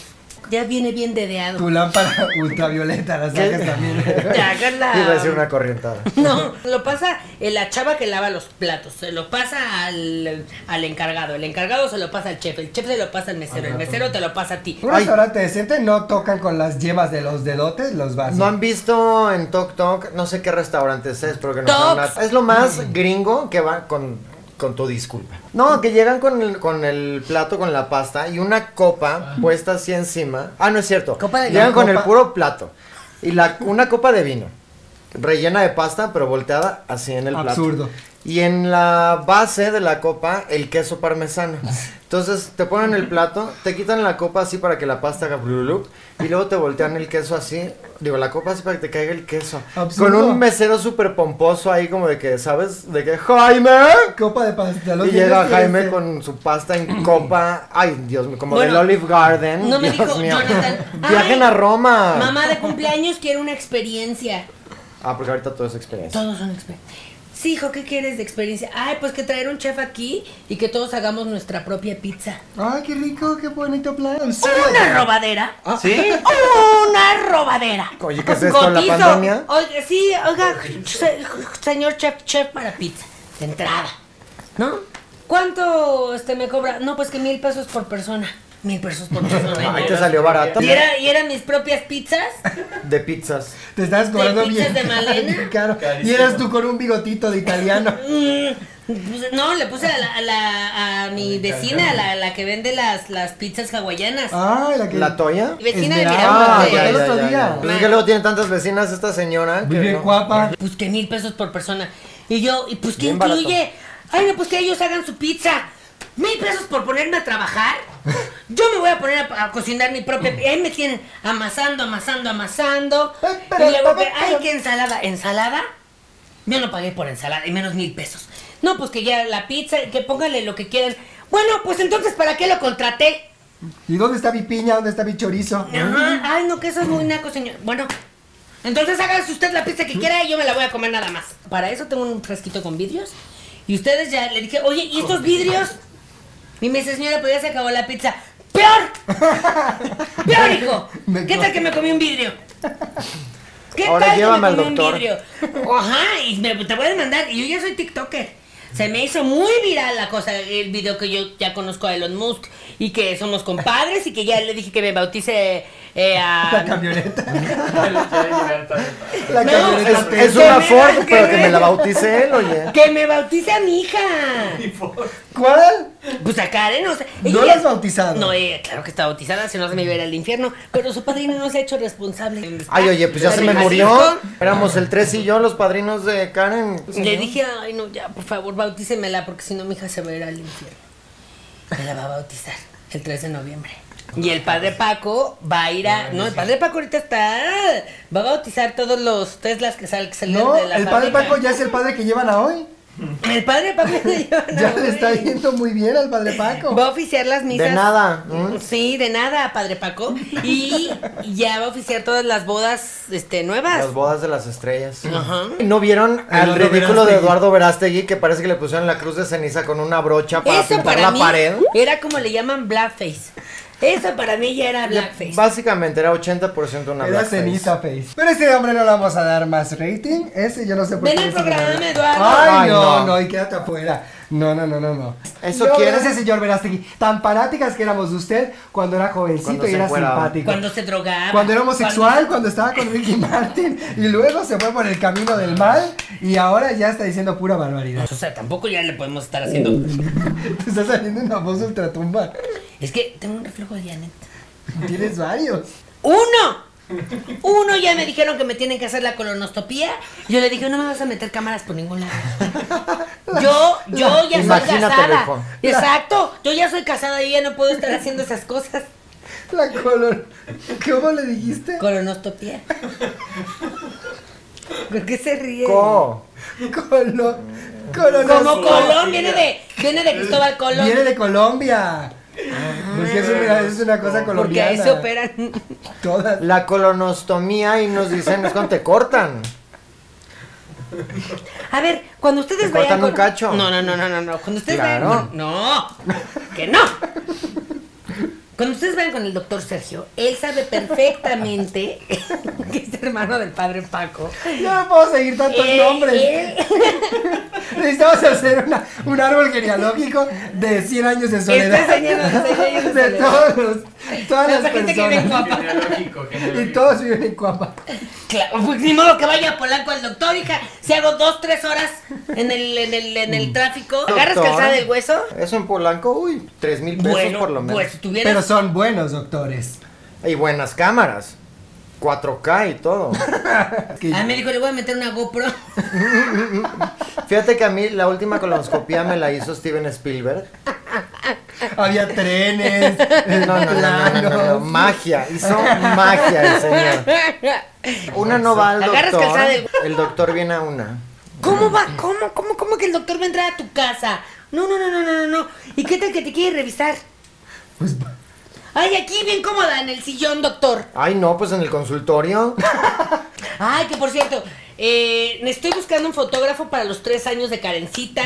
Speaker 1: Ya viene bien dedeado.
Speaker 2: *laughs*
Speaker 3: Tu lámpara *laughs* ultravioleta la sacas también.
Speaker 1: *laughs* Ya, háganla.
Speaker 2: Iba a decir una corrientada.
Speaker 1: No, lo pasa eh, la chava que lava los platos, se lo pasa al, al encargado, el encargado se lo pasa al chef, el chef se lo pasa al mesero, el mesero te lo pasa a ti.
Speaker 3: Un restaurante decente no tocan con las yemas de los dedotes los vasos.
Speaker 2: ¿No han visto en Tok Tok? No sé qué restaurante es, pero que nos
Speaker 1: Tox.
Speaker 2: hablan- Es lo más gringo que va con, con tu disculpa. No, que llegan con el, con el plato, con la pasta y una copa puesta así encima. Ah, no es cierto.
Speaker 1: Copa de
Speaker 2: llegan
Speaker 1: vino.
Speaker 2: con el
Speaker 3: Copa.
Speaker 2: puro plato y la, una copa de vino. rellena de pasta, pero volteada así en el plato.
Speaker 3: Absurdo.
Speaker 2: Y en la base de la copa, el queso parmesano. Entonces te ponen el plato, te quitan la copa así para que la pasta haga blulup, y luego te voltean el queso así, digo, la copa así para que te caiga el queso.
Speaker 3: Absurdo.
Speaker 2: Con un mesero súper pomposo ahí como de que, ¿sabes? De que, ¡Jaime!
Speaker 3: Copa de pasta. lo
Speaker 2: Y
Speaker 3: tienes
Speaker 2: llega
Speaker 3: que
Speaker 2: Jaime
Speaker 3: hacer.
Speaker 2: con su pasta en copa. Ay, Dios mío, como
Speaker 1: Bueno,
Speaker 2: del Olive Garden.
Speaker 1: no me
Speaker 2: Dios
Speaker 1: dijo
Speaker 2: mío.
Speaker 1: Jonathan,
Speaker 2: Viajen
Speaker 1: "Ay,
Speaker 2: a Roma.
Speaker 1: Mamá de cumpleaños quiere una experiencia.
Speaker 2: Ah, porque ahorita todo es experiencia.
Speaker 1: Todos son experiencias. Sí, hijo, ¿qué quieres de experiencia? Ay, pues que traer un chef aquí y que todos hagamos nuestra propia pizza.
Speaker 3: Ay, qué rico, qué bonito plan.
Speaker 1: Una robadera.
Speaker 2: ¿Sí?
Speaker 1: Una robadera.
Speaker 2: Oye, ¿qué es esto? ¿La
Speaker 1: Cotizo.
Speaker 2: pandemia?
Speaker 1: Oiga, sí, oiga, se- señor chef, chef para pizza. De entrada. ¿No? ¿Cuánto este me cobra? No, pues que mil pesos por persona. Mil pesos por
Speaker 2: *laughs*
Speaker 1: persona.
Speaker 2: Ahí te salió barato.
Speaker 1: ¿Y, era, ¿Y eran mis propias pizzas?
Speaker 2: De pizzas.
Speaker 3: Te estabas cobrando
Speaker 1: ¿De pizzas
Speaker 3: bien.
Speaker 1: de Malena?
Speaker 3: *laughs* bien caro. Y
Speaker 6: Carísimo.
Speaker 3: eras tú con un bigotito de
Speaker 1: *laughs*
Speaker 3: italiano.
Speaker 1: Mm, pues, no, le puse a, la, a, la- a mi vecina, a la, a la que vende las, las pizzas hawaianas.
Speaker 3: Ah, la que.
Speaker 2: ¿La toalla?
Speaker 1: Mi vecina de
Speaker 3: Esmeralda.
Speaker 1: Miranda.
Speaker 2: Ah,
Speaker 3: Porque
Speaker 2: ya,
Speaker 3: el
Speaker 2: ya,
Speaker 3: otro
Speaker 2: ya,
Speaker 3: día.
Speaker 2: ya. Pues es que luego tiene tantas vecinas esta señora.
Speaker 3: Muy
Speaker 2: que
Speaker 3: bien
Speaker 2: no.
Speaker 3: guapa.
Speaker 1: Pues que mil pesos por persona. Y yo, ¿y pues qué
Speaker 2: Bien barato.
Speaker 1: incluye? Ay, no, pues que ellos hagan su pizza. ¿Mil pesos por ponerme a
Speaker 2: *laughs*
Speaker 1: trabajar? Yo me voy a poner a, a cocinar mi propia. pi- Ahí me tienen amasando, amasando, amasando. Y luego, que, ay, qué ensalada. ¿Ensalada? Yo no pagué por ensalada, y menos mil pesos. No, pues que ya la pizza, que póngale lo que quieran. Bueno, pues entonces, ¿para qué lo contraté?
Speaker 3: ¿Y dónde está mi piña? ¿Dónde está mi chorizo?
Speaker 1: Ajá. Ay, no, que eso es muy naco, señor. Bueno, entonces hágase usted la pizza que quiera y yo me la voy a comer nada más. Para eso tengo un frasquito con vidrios. Y ustedes ya le dije, oye, ¿y estos vidrios? Y me dice, señora, pues ya se acabó la pizza. ¡Peor! *laughs* ¡Peor, hijo!
Speaker 3: Me
Speaker 1: ¿Qué
Speaker 3: co-
Speaker 1: tal que me comí un vidrio? ¿Qué
Speaker 2: Ahora
Speaker 1: tal que
Speaker 2: llévame
Speaker 1: me
Speaker 2: al
Speaker 1: comí un
Speaker 2: doctor.
Speaker 1: vidrio? Ajá, y me, te voy a demandar. Y yo ya soy TikToker. Se me hizo muy viral la cosa, el video que yo ya conozco a Elon Musk y que somos compadres y que ya le dije que me bautice eh, a...
Speaker 2: *laughs*
Speaker 3: La camioneta. La
Speaker 1: No,
Speaker 3: camioneta.
Speaker 2: Es,
Speaker 1: Esta
Speaker 2: es
Speaker 1: pizza.
Speaker 2: una
Speaker 1: ¿Qué?
Speaker 2: Ford, pero que me la bautice él, oye.
Speaker 1: Que me bautice a mi hija.
Speaker 3: ¿Cuál?
Speaker 1: Pues a Karen, o sea,
Speaker 3: ¿No
Speaker 1: ya-
Speaker 3: la has bautizado?
Speaker 1: No, ella, claro que está bautizada, si no se me iba a ir al infierno. Pero su padrino no se ha hecho responsable.
Speaker 2: Ay, oye, pues ya se me
Speaker 1: Francisco,
Speaker 2: murió. Éramos el 3 y yo, los padrinos de Karen.
Speaker 1: Le dije, ay, no, ya, por favor, bautícemela, porque si no, mi hija se va a ir al infierno. Me la va a bautizar el 3 de noviembre. Y el padre Paco va a ir a. No, el padre Paco ahorita está. Va a bautizar todos los Teslas que, sal, que salieron
Speaker 3: No,
Speaker 1: de la
Speaker 3: el padre
Speaker 1: fábrica.
Speaker 3: Paco ya es el padre que llevan a hoy.
Speaker 1: El padre Paco
Speaker 3: Ya le está
Speaker 1: ahí.
Speaker 3: yendo muy bien al padre Paco.
Speaker 1: Va a oficiar las misas.
Speaker 2: De nada, Mm, ¿m?
Speaker 1: Sí, de nada, padre Paco. Y ya va a oficiar todas las bodas este, nuevas.
Speaker 2: Las bodas de las estrellas.
Speaker 1: Ajá.
Speaker 2: ¿No vieron al
Speaker 3: Eduardo
Speaker 2: ridículo de
Speaker 3: Verástegui.
Speaker 2: Eduardo Verástegui que parece que le pusieron la cruz de ceniza con una brocha para
Speaker 1: Eso
Speaker 2: pintar
Speaker 1: para
Speaker 2: la
Speaker 1: mí
Speaker 2: pared?
Speaker 1: era como le llaman blackface. Eso para mí ya era blackface.
Speaker 2: Básicamente era 80% una
Speaker 3: Era
Speaker 2: blackface.
Speaker 3: ceniza face. Pero ese hombre no le vamos a dar más rating. Ese yo no sé por
Speaker 1: Ven
Speaker 3: qué.
Speaker 1: al
Speaker 3: ese no
Speaker 1: programa,
Speaker 3: le-
Speaker 1: Eduardo.
Speaker 3: Ay,
Speaker 2: Ay,
Speaker 3: no,
Speaker 2: no.
Speaker 3: no, y quédate afuera. No, no, no, no, no.
Speaker 2: Eso
Speaker 3: no,
Speaker 2: quiere-
Speaker 3: Ese señor Verástegui. Tan fanáticas que éramos de usted cuando era jovencito
Speaker 2: Cuando
Speaker 3: y
Speaker 2: se
Speaker 3: era
Speaker 2: encueraba.
Speaker 3: simpático.
Speaker 1: Cuando se drogaba.
Speaker 3: Cuando era homosexual, cuando... estaba con Ricky Martin y luego se fue por el camino del mal y ahora ya está diciendo pura barbaridad. *laughs*
Speaker 1: O sea, tampoco ya le podemos estar haciendo.
Speaker 3: Te está saliendo una voz ultratumba.
Speaker 1: Es que tengo un reflejo de Janet.
Speaker 3: Tienes varios.
Speaker 1: ¡Uno! Uno ya me dijeron que me tienen que hacer la colonoscopía. Yo le dije, no me vas a meter cámaras por ningún
Speaker 3: *laughs*
Speaker 1: lado. Yo, yo ya soy
Speaker 2: Imagínatelo,
Speaker 1: casada.
Speaker 2: hijo.
Speaker 1: Exacto. Yo ya soy casada y ya no puedo estar haciendo esas cosas.
Speaker 3: La color. ¿Cómo le dijiste?
Speaker 1: Colonoscopía. ¿Por qué se ríe?
Speaker 2: Co.
Speaker 3: Color. Color.
Speaker 1: Como Colón, viene de, viene de Cristóbal Colón.
Speaker 3: Viene de Colombia. Porque es una, es una cosa
Speaker 1: Ah. porque
Speaker 3: colombiana.
Speaker 1: ahí se operan.
Speaker 3: Todas.
Speaker 2: La colonostomía y nos dicen, es cuando te cortan.
Speaker 1: A ver, cuando ustedes
Speaker 2: Te
Speaker 1: vayan.
Speaker 2: cortan un cacho.
Speaker 1: No, no, no, no, no, no. Cuando ustedes
Speaker 2: Claro.
Speaker 1: vayan. No, no, que no. Cuando ustedes vayan con el doctor Sergio, él sabe perfectamente *laughs* que es hermano del padre Paco.
Speaker 3: Yo no puedo seguir tantos
Speaker 1: Eh,
Speaker 3: nombres.
Speaker 1: él-
Speaker 3: Necesitamos hacer una- un árbol genealógico de 100 años de soledad.
Speaker 1: Este señor de 100 años de
Speaker 3: *laughs* De
Speaker 1: soledad.
Speaker 3: todos los- todas
Speaker 1: La
Speaker 3: las
Speaker 1: gente que vive en
Speaker 3: personas.
Speaker 1: Coapa.
Speaker 3: Y todos viven en Cuapa.
Speaker 1: Claro, pues ni modo que vaya a Polanco al doctor, hija. Si hago dos, tres horas en el, en el, en el tráfico, agarras
Speaker 2: Doctor.
Speaker 1: calzada del hueso.
Speaker 2: Eso en Polanco, uy, 3 mil pesos
Speaker 1: Bueno,
Speaker 2: por lo menos.
Speaker 1: pues si tuvieras
Speaker 3: Pero son buenos doctores.
Speaker 2: Y buenas cámaras. 4K y todo.
Speaker 3: Que-
Speaker 1: Ah, me dijo, le voy a meter una GoPro. *laughs*
Speaker 2: Fíjate que a mí la última colonoscopía me la hizo Steven Spielberg.
Speaker 3: Había
Speaker 1: *laughs*
Speaker 3: trenes,
Speaker 2: No, no, no, no, no, no, no,
Speaker 3: planos.
Speaker 2: magia, hizo magia el señor. Una no va al
Speaker 1: Agarras
Speaker 2: doctor,
Speaker 1: calzada del-
Speaker 2: el doctor viene a una.
Speaker 1: ¿Cómo va? ¿Cómo, cómo, cómo que el doctor va a entrar a tu casa? No, no, no, no, no, no, no. ¿Y qué tal que te quiere revisar?
Speaker 3: Pues,
Speaker 1: Ay, aquí bien cómoda en el sillón, doctor.
Speaker 2: Ay, no, pues en el consultorio.
Speaker 1: Ay, que por cierto, eh, me estoy buscando un fotógrafo para los tres años de Karencita.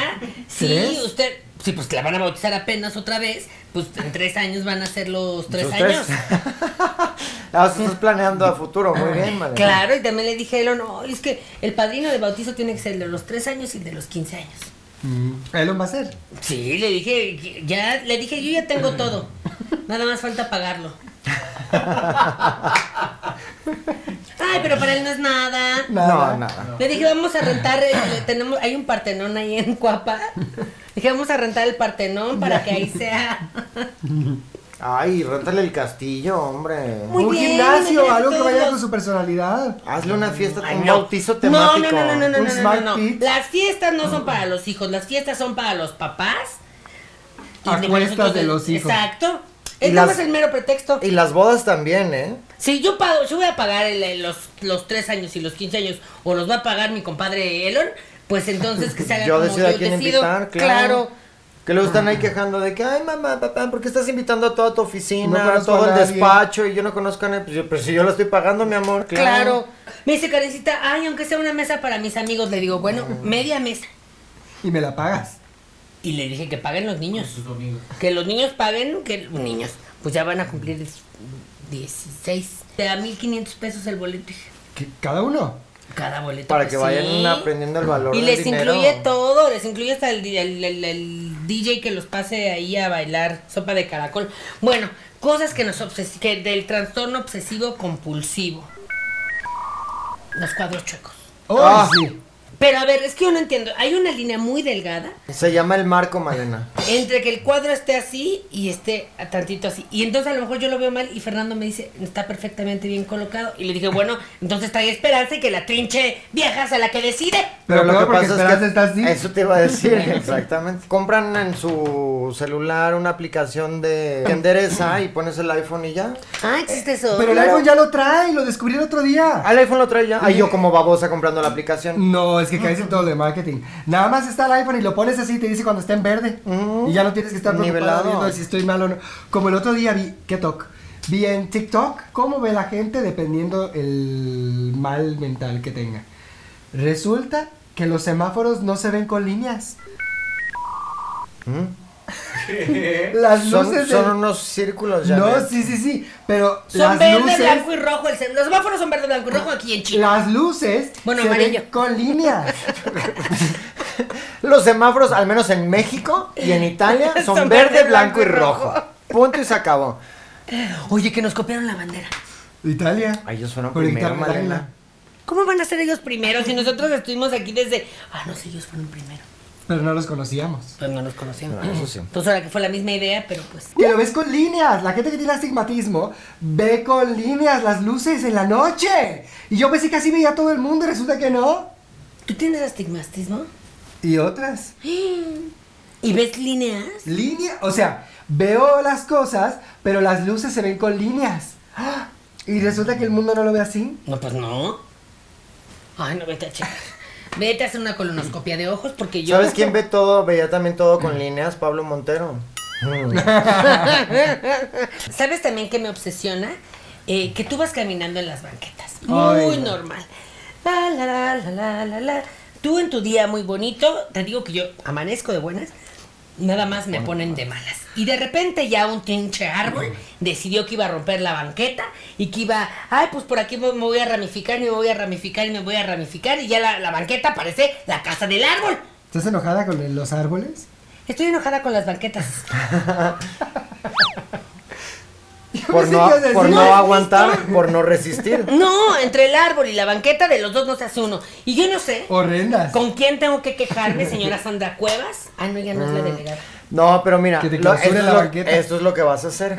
Speaker 1: Sí,
Speaker 2: ¿Tres?
Speaker 1: usted. Sí, pues que la van a bautizar apenas otra vez. Pues en tres años van a ser los tres
Speaker 2: Sus
Speaker 1: años. *laughs*
Speaker 2: *laughs* Ah, o sea, estás planeando a futuro, muy bien, madre.
Speaker 1: Claro, y también le dije a Elon, no, es que el padrino de bautizo tiene que ser el de los tres años y el de los 15 años.
Speaker 3: mm, Ahí lo va a hacer.
Speaker 1: Sí, le dije, ya, le dije, yo ya tengo todo. Nada más falta pagarlo. Ay, pero para él no es nada.
Speaker 2: No, nada.
Speaker 1: Le dije, vamos a rentar, el- tenemos, hay un Partenón ahí en Cuapa. Dije, vamos a rentar el Partenón para que ahí sea.
Speaker 2: Ay, réntale el castillo, hombre.
Speaker 1: Muy
Speaker 3: un
Speaker 1: bien,
Speaker 3: gimnasio,
Speaker 1: imagínate
Speaker 3: algo que
Speaker 1: todos
Speaker 3: vaya
Speaker 1: los-
Speaker 3: con su personalidad.
Speaker 2: Hazle una fiesta,
Speaker 1: Ay,
Speaker 2: un
Speaker 1: no.
Speaker 2: bautizo
Speaker 1: No,
Speaker 2: temático. Pues
Speaker 1: no, no, no, no, no,
Speaker 3: Un
Speaker 1: no, no,
Speaker 3: smart
Speaker 1: no.
Speaker 3: fit.
Speaker 1: Las fiestas no son para los hijos, las fiestas son para los papás.
Speaker 3: A
Speaker 1: de
Speaker 3: cuestas
Speaker 1: nosotros
Speaker 3: de
Speaker 1: el-
Speaker 3: los hijos.
Speaker 1: Exacto.
Speaker 2: Y
Speaker 1: Es nada
Speaker 2: las-
Speaker 1: más el mero pretexto.
Speaker 2: Y las bodas también, ¿eh?
Speaker 1: Si yo pago, yo voy a pagar el- el- los, los 3 años y los 15 años, o los va a pagar mi compadre Elon, pues entonces que se haga
Speaker 2: *laughs* Yo
Speaker 1: como
Speaker 2: decido a
Speaker 1: yo
Speaker 2: quién
Speaker 1: decido.
Speaker 2: invitar, claro. Que luego están ahí quejando de que, ay, mamá, papá, ¿por qué estás invitando a toda tu
Speaker 3: No
Speaker 2: oficina, a
Speaker 3: conozco
Speaker 2: todo
Speaker 3: a
Speaker 2: el
Speaker 3: nadie".
Speaker 2: despacho y yo no conozco a nadie? Pues, yo, pero si yo lo estoy pagando, mi amor,
Speaker 1: Claro.
Speaker 2: claro.
Speaker 1: Me dice Karencita, ay, aunque sea una mesa para mis amigos, le digo, bueno, media mesa.
Speaker 3: Y me la pagas.
Speaker 1: Y le dije que paguen los niños.
Speaker 6: Sus domingos.
Speaker 1: Que los niños paguen, que niños, pues ya van a cumplir 16. Te da 1500 pesos el boleto. dije,
Speaker 3: Que- Cada uno.
Speaker 1: Cada boleto.
Speaker 2: Para
Speaker 1: pues,
Speaker 2: que vayan
Speaker 1: sí.
Speaker 2: aprendiendo el valor
Speaker 1: Y
Speaker 2: del
Speaker 1: les
Speaker 2: dinero.
Speaker 1: incluye todo, les incluye hasta el, di- el- el- el DJ que los pase ahí a bailar sopa de caracol. Bueno, cosas que nos obses- que del trastorno obsesivo compulsivo. Los cuadros chuecos.
Speaker 3: Oh,
Speaker 2: Ah.
Speaker 3: sí.
Speaker 1: Pero a ver, es que yo no entiendo. Hay una línea muy delgada
Speaker 2: Se llama el marco, Malena.
Speaker 1: entre que el cuadro esté así y esté a tantito así. Y entonces a lo mejor yo lo veo mal y Fernando me dice, está perfectamente bien colocado. Y le dije, bueno, entonces trae esperanza y que la trinche vieja sea la que decide.
Speaker 3: Pero, lo porque Esperanza está así.
Speaker 2: Eso te iba a decir,
Speaker 3: *laughs*
Speaker 2: exactamente. Compran en su celular una aplicación de que endereza y pones el iPhone y ya.
Speaker 1: Ah, existe eso.
Speaker 3: Pero el iPhone ya lo trae, lo descubrí el otro día.
Speaker 2: Ah, el iPhone lo trae ya. Ay, yo como babosa comprando la aplicación.
Speaker 3: No, es que caes en todo lo de marketing. Nada más está el iPhone y lo pones así y te dice cuando está en verde. Y ya no tienes que estar preocupado
Speaker 2: Nivelado.
Speaker 3: viendo si estoy mal o no. Como el otro día vi, ¿qué toc? Vi en TikTok cómo ve la gente dependiendo el mal mental que tenga. Resulta que los semáforos no se ven con líneas. Las
Speaker 2: Son,
Speaker 3: luces de-
Speaker 2: son unos círculos ya.
Speaker 3: No,
Speaker 2: ¿ves?
Speaker 3: sí, sí, sí, pero
Speaker 1: Son
Speaker 3: las
Speaker 1: verde,
Speaker 3: luces
Speaker 1: blanco y rojo. el sem- los semáforos son verde, blanco y rojo aquí en Chile.
Speaker 3: las luces
Speaker 1: Bueno,
Speaker 3: se ven
Speaker 1: amarillo.
Speaker 3: con líneas.
Speaker 2: Los semáforos, al menos en México y en
Speaker 3: *laughs*
Speaker 2: Italia, son,
Speaker 1: Son
Speaker 2: verde,
Speaker 1: verde,
Speaker 2: blanco y
Speaker 1: blanco y
Speaker 2: rojo. Punto y se acabó.
Speaker 1: Oye, que nos copiaron la bandera.
Speaker 3: Italia.
Speaker 2: Ay, ellos fueron
Speaker 3: Por
Speaker 2: primero,
Speaker 3: Italia,
Speaker 2: Malena.
Speaker 1: ¿Cómo van a ser ellos primero si nosotros estuvimos aquí desde... Ah, no sé, ellos fueron primero.
Speaker 3: Pero no los conocíamos.
Speaker 1: Pues no nos conocíamos.
Speaker 2: No, eso sí.
Speaker 1: Entonces ahora que fue la misma idea, pero pues...
Speaker 3: Que lo ves con líneas. La gente que tiene astigmatismo ve con líneas las luces en la noche. Y yo pensé que así veía todo el mundo y resulta que no.
Speaker 1: ¿Tú tienes astigmatismo?
Speaker 3: Y otras.
Speaker 1: ¿Y ves líneas?
Speaker 3: Línea. O sea, veo las cosas, pero las luces se ven con líneas. ¡Ah! Y resulta que el mundo no lo ve así.
Speaker 1: No, pues no. Ay, no, vete a checar. Vete a hacer una colonoscopia de ojos porque yo...
Speaker 2: ¿Sabes quién ve todo? Veía también todo con líneas, Pablo Montero. Mm.
Speaker 3: *laughs*
Speaker 1: ¿Sabes también que me obsesiona? Eh, que tú vas caminando en las banquetas.
Speaker 3: Ay,
Speaker 1: Muy
Speaker 3: no.
Speaker 1: normal. La, la, la, la, la, la, la. Tú en tu día muy bonito, te digo que yo amanezco de buenas, nada más me ponen de malas. Y de repente ya un pinche árbol decidió que iba a romper la banqueta y que iba, ay, pues por aquí me me voy a ramificar, y me voy a ramificar y me voy a ramificar y ya la, la banqueta parece la casa del árbol.
Speaker 3: ¿Estás enojada con los árboles? *laughs* *laughs*
Speaker 1: Estoy enojada con las banquetas.
Speaker 2: Por
Speaker 3: pensé
Speaker 2: no,
Speaker 3: que ibas a decir,
Speaker 2: por
Speaker 3: "No
Speaker 2: no
Speaker 3: es
Speaker 2: aguantar, por no resistir.
Speaker 1: No, entre el árbol y la banqueta de los dos no se hace uno. Y yo no sé
Speaker 3: Horrendas. *laughs*
Speaker 1: con quién tengo que quejarme, señora Sandra Cuevas. Ah, no, ya no es la delegada.
Speaker 2: No, pero mira,
Speaker 3: Que te
Speaker 2: lo-
Speaker 3: clausure
Speaker 2: esto, es
Speaker 3: la
Speaker 2: lo-
Speaker 3: banqueta.
Speaker 2: esto es lo que vas a hacer.